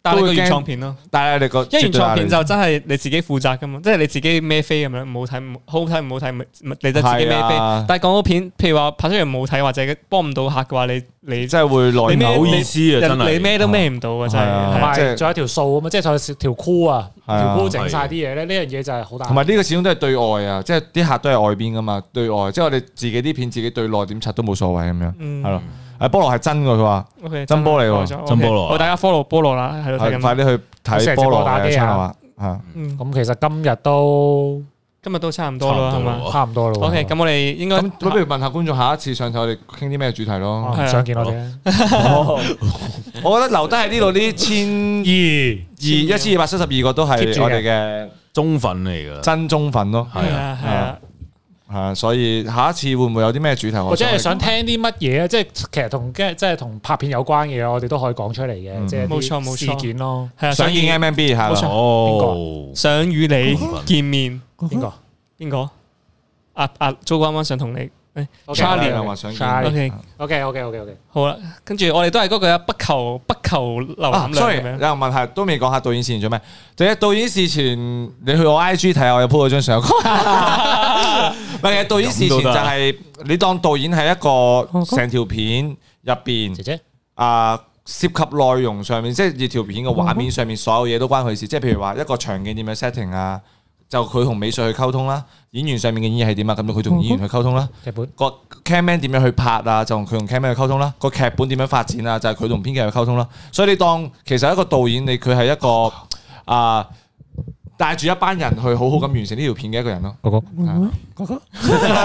但係
都
呢
會
個原
驚
創片咯，
但係你個
因為原
絕對壓
創
力
片就真係你自己負責㗎嘛，即係你自己孭飛咁樣，唔好睇唔好睇唔好睇，咪咪你就自己
係
孭飛
啊。
但係廣告片，譬如話拍出嚟唔好睇或者幫唔到客嘅話，你你
真係會內
你
疚
孭
好意思啊
你
真係
你孭都孭唔到啊！真
係啊
係
同
係啊。
即係
埋仲有條數啊嘛，即係仲有條箍啊，
係啊
條箍整晒啲嘢咧，呢樣嘢就係好大。
同埋呢個始終都係對外啊，即係啲客都係外邊噶嘛，對外即係我哋自己啲片自己對內點拆都冇所謂咁樣，
嗯
係咯。誒菠蘿係真㗎，佢話
OK，
真菠嚟喎
真菠蘿
真菠蘿
OK，好，大家 follow 菠蘿啦，喺度睇
係
緊。
快啲去睇菠蘿嘅 channel 啊，啊
嗯，
咁其實今日都
今日都差唔多啦，係嘛
差唔多咯喎。
？OK，咁我哋應該
咁哦不如問下觀眾下一次上台我哋傾啲咩主題咯？
啊唔想見我哋啊。
我覺得留低喺呢度呢千
二
二一千二百七十二個都係我哋嘅
中粉嚟㗎，
真中粉咯，
係
係
啊，
啊係啊，
係啊，所以下一次會唔會有啲咩主題？
或者係
係
想聽啲乜嘢啊？即係其實同跟即係同拍片有關嘅嘢，我哋都可以講出嚟嘅，即係
冇錯冇
啲
錯
事件咯。
係啊，
想
想
見 M M B 係啦
哦，
想與你見面，
邊個
邊個？阿阿租啱啱想同你誒
Charlie 啊
Charlie。
話想見
OK
？OK OK OK OK，
好啦，跟住我哋都係嗰句啊，不求不求瀏
啊
覽量
，sorry，
哦咁
有人
樣。
問下都未講下導演事前做咩？第一導演事前，你去我 I G 睇下，我有 po 咗張 相。唔係嘅，導演事前就係你當導演係一個成條片入邊
姐姐
啊。涉及內容上面，即係條片嘅畫面上面，所有嘢都關佢事。即係譬如話一個場景點樣 setting 啊，就佢同美術去溝通啦。演員上面嘅演繹係點啊，咁佢同演員去溝通啦。
劇本
個 camman 點樣去拍啊，就同佢同 camman 去溝通啦；個劇本點樣發展啊，就係佢同編劇去溝通啦。所以你當其實一個導演，你佢係一個啊帶住一班人去好好咁完成呢條片嘅一個人咯。
哥哥，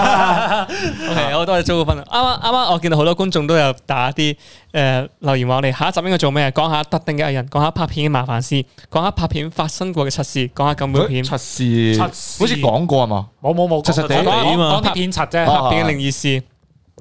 OK，好多謝租個分啊。啱啱啱啱，我見到好多觀眾都有打啲誒留言話，我哋下一集應該做咩？講下特定嘅藝人，講下拍片嘅麻煩事，講下拍片發生過嘅測試，講下咁嘅片。
測試，
測試
好似講過啊嘛？
冇冇冇，
實實地
講
地
啊嘛
講講啲片 柒
啊
啫，
拍片嘅靈異事，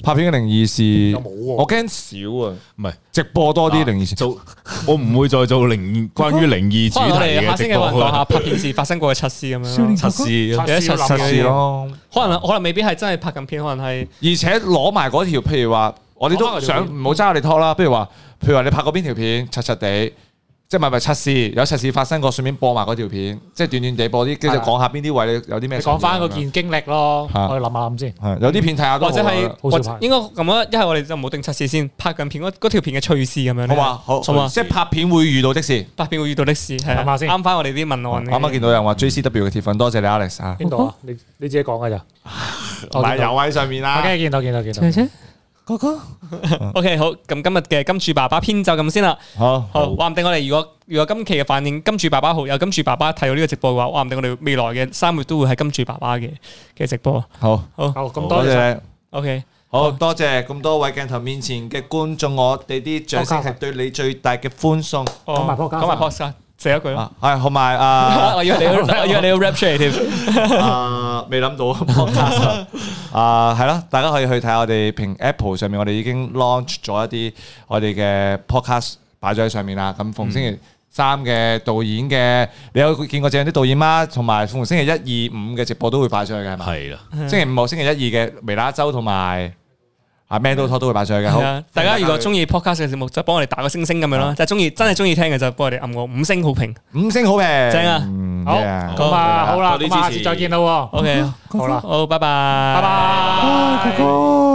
拍片嘅靈異事
有冇喎
我驚少啊，啊
唔係
直播多啲靈異事。
做我唔會再做靈關於靈異主
可能我
題
哋
嘅
下星
直
期有人
播
講下
啦，
拍片事發生過嘅測試咁樣咯。
測試
有一測
測試
試咯，
咯，
可能可能未必係真係拍緊片，可能係
而且攞埋嗰條，譬如話，我哋都想唔好揸我哋拖啦。譬如話，譬如話你拍過邊條片，柒柒地，即係咪咪測試有測試發生過，順便播埋嗰條片，即係短短地播啲，跟住
係啊
講下邊啲位你有啲
你
咩想
講翻嗰
咁樣
件經歷咯，
啊
我哋諗下諗先。
係有啲片睇下都
或者
好
係
啊
好
或
少拍
應該咁啊，一係我哋就冇定測試先，拍緊片嗰嗰條片嘅趣事咁樣呢
好嘛好，
好嘛，
即係拍片會遇到的事。
拍片會遇到的事係啊
諗下先
啱翻我哋啲文案
啱
嘅。
啱見到有人話 JCW 嘅鐵粉，多謝你 Alex 啊，
邊度啊？你你自己講噶咋？
唔係有喺上面
我
啦
梗。係見到見到見到。
哥哥。
OK，好，咁今日嘅金主爸爸篇就咁先啦。
好，
好，話唔定我哋如果如果今期嘅反應金主爸爸好，有金主爸爸睇到呢個直播嘅話，話唔定我哋未來嘅三月都會係金主爸爸嘅嘅直播。
好，
好，
好，咁
多謝你。
OK，
好多謝咁多位鏡頭面前嘅觀眾，我哋啲掌聲係對你最大嘅歡送。
講埋 podcast，講埋 Ờ, podcast，寫一句咯。
係，同 埋啊，
我以為你要我以為你要 ờ, rap 出嚟添。
啊， 未諗到 podcast 啊，係咯，大家可以去睇我哋平 Apple 上面，我哋已經 launch 咗一啲我哋嘅 podcast 擺咗喺上面啦。咁逢星
嗯
期三嘅導演嘅，你有見過正啲導演嗎？同埋逢星期一、二、五嘅直播都會擺上去嘅，係咪？
係啦，
星期五冇，星期一、二嘅微辣周同埋啊咩都拖都會擺上去嘅。好
係啊，，大家如果中意 podcast 嘅節目，就幫我哋打個星星咁樣咯。就係中意真係中意聽嘅，就幫我哋按個五星好評。
五星好評，嗯
正啊！
好，
yeah
咁啊，好啦，
多啲
咁啊下
支
次
持
再見啦喎。
OK，
好啦
好，拜拜，
拜拜。
啊哥哥。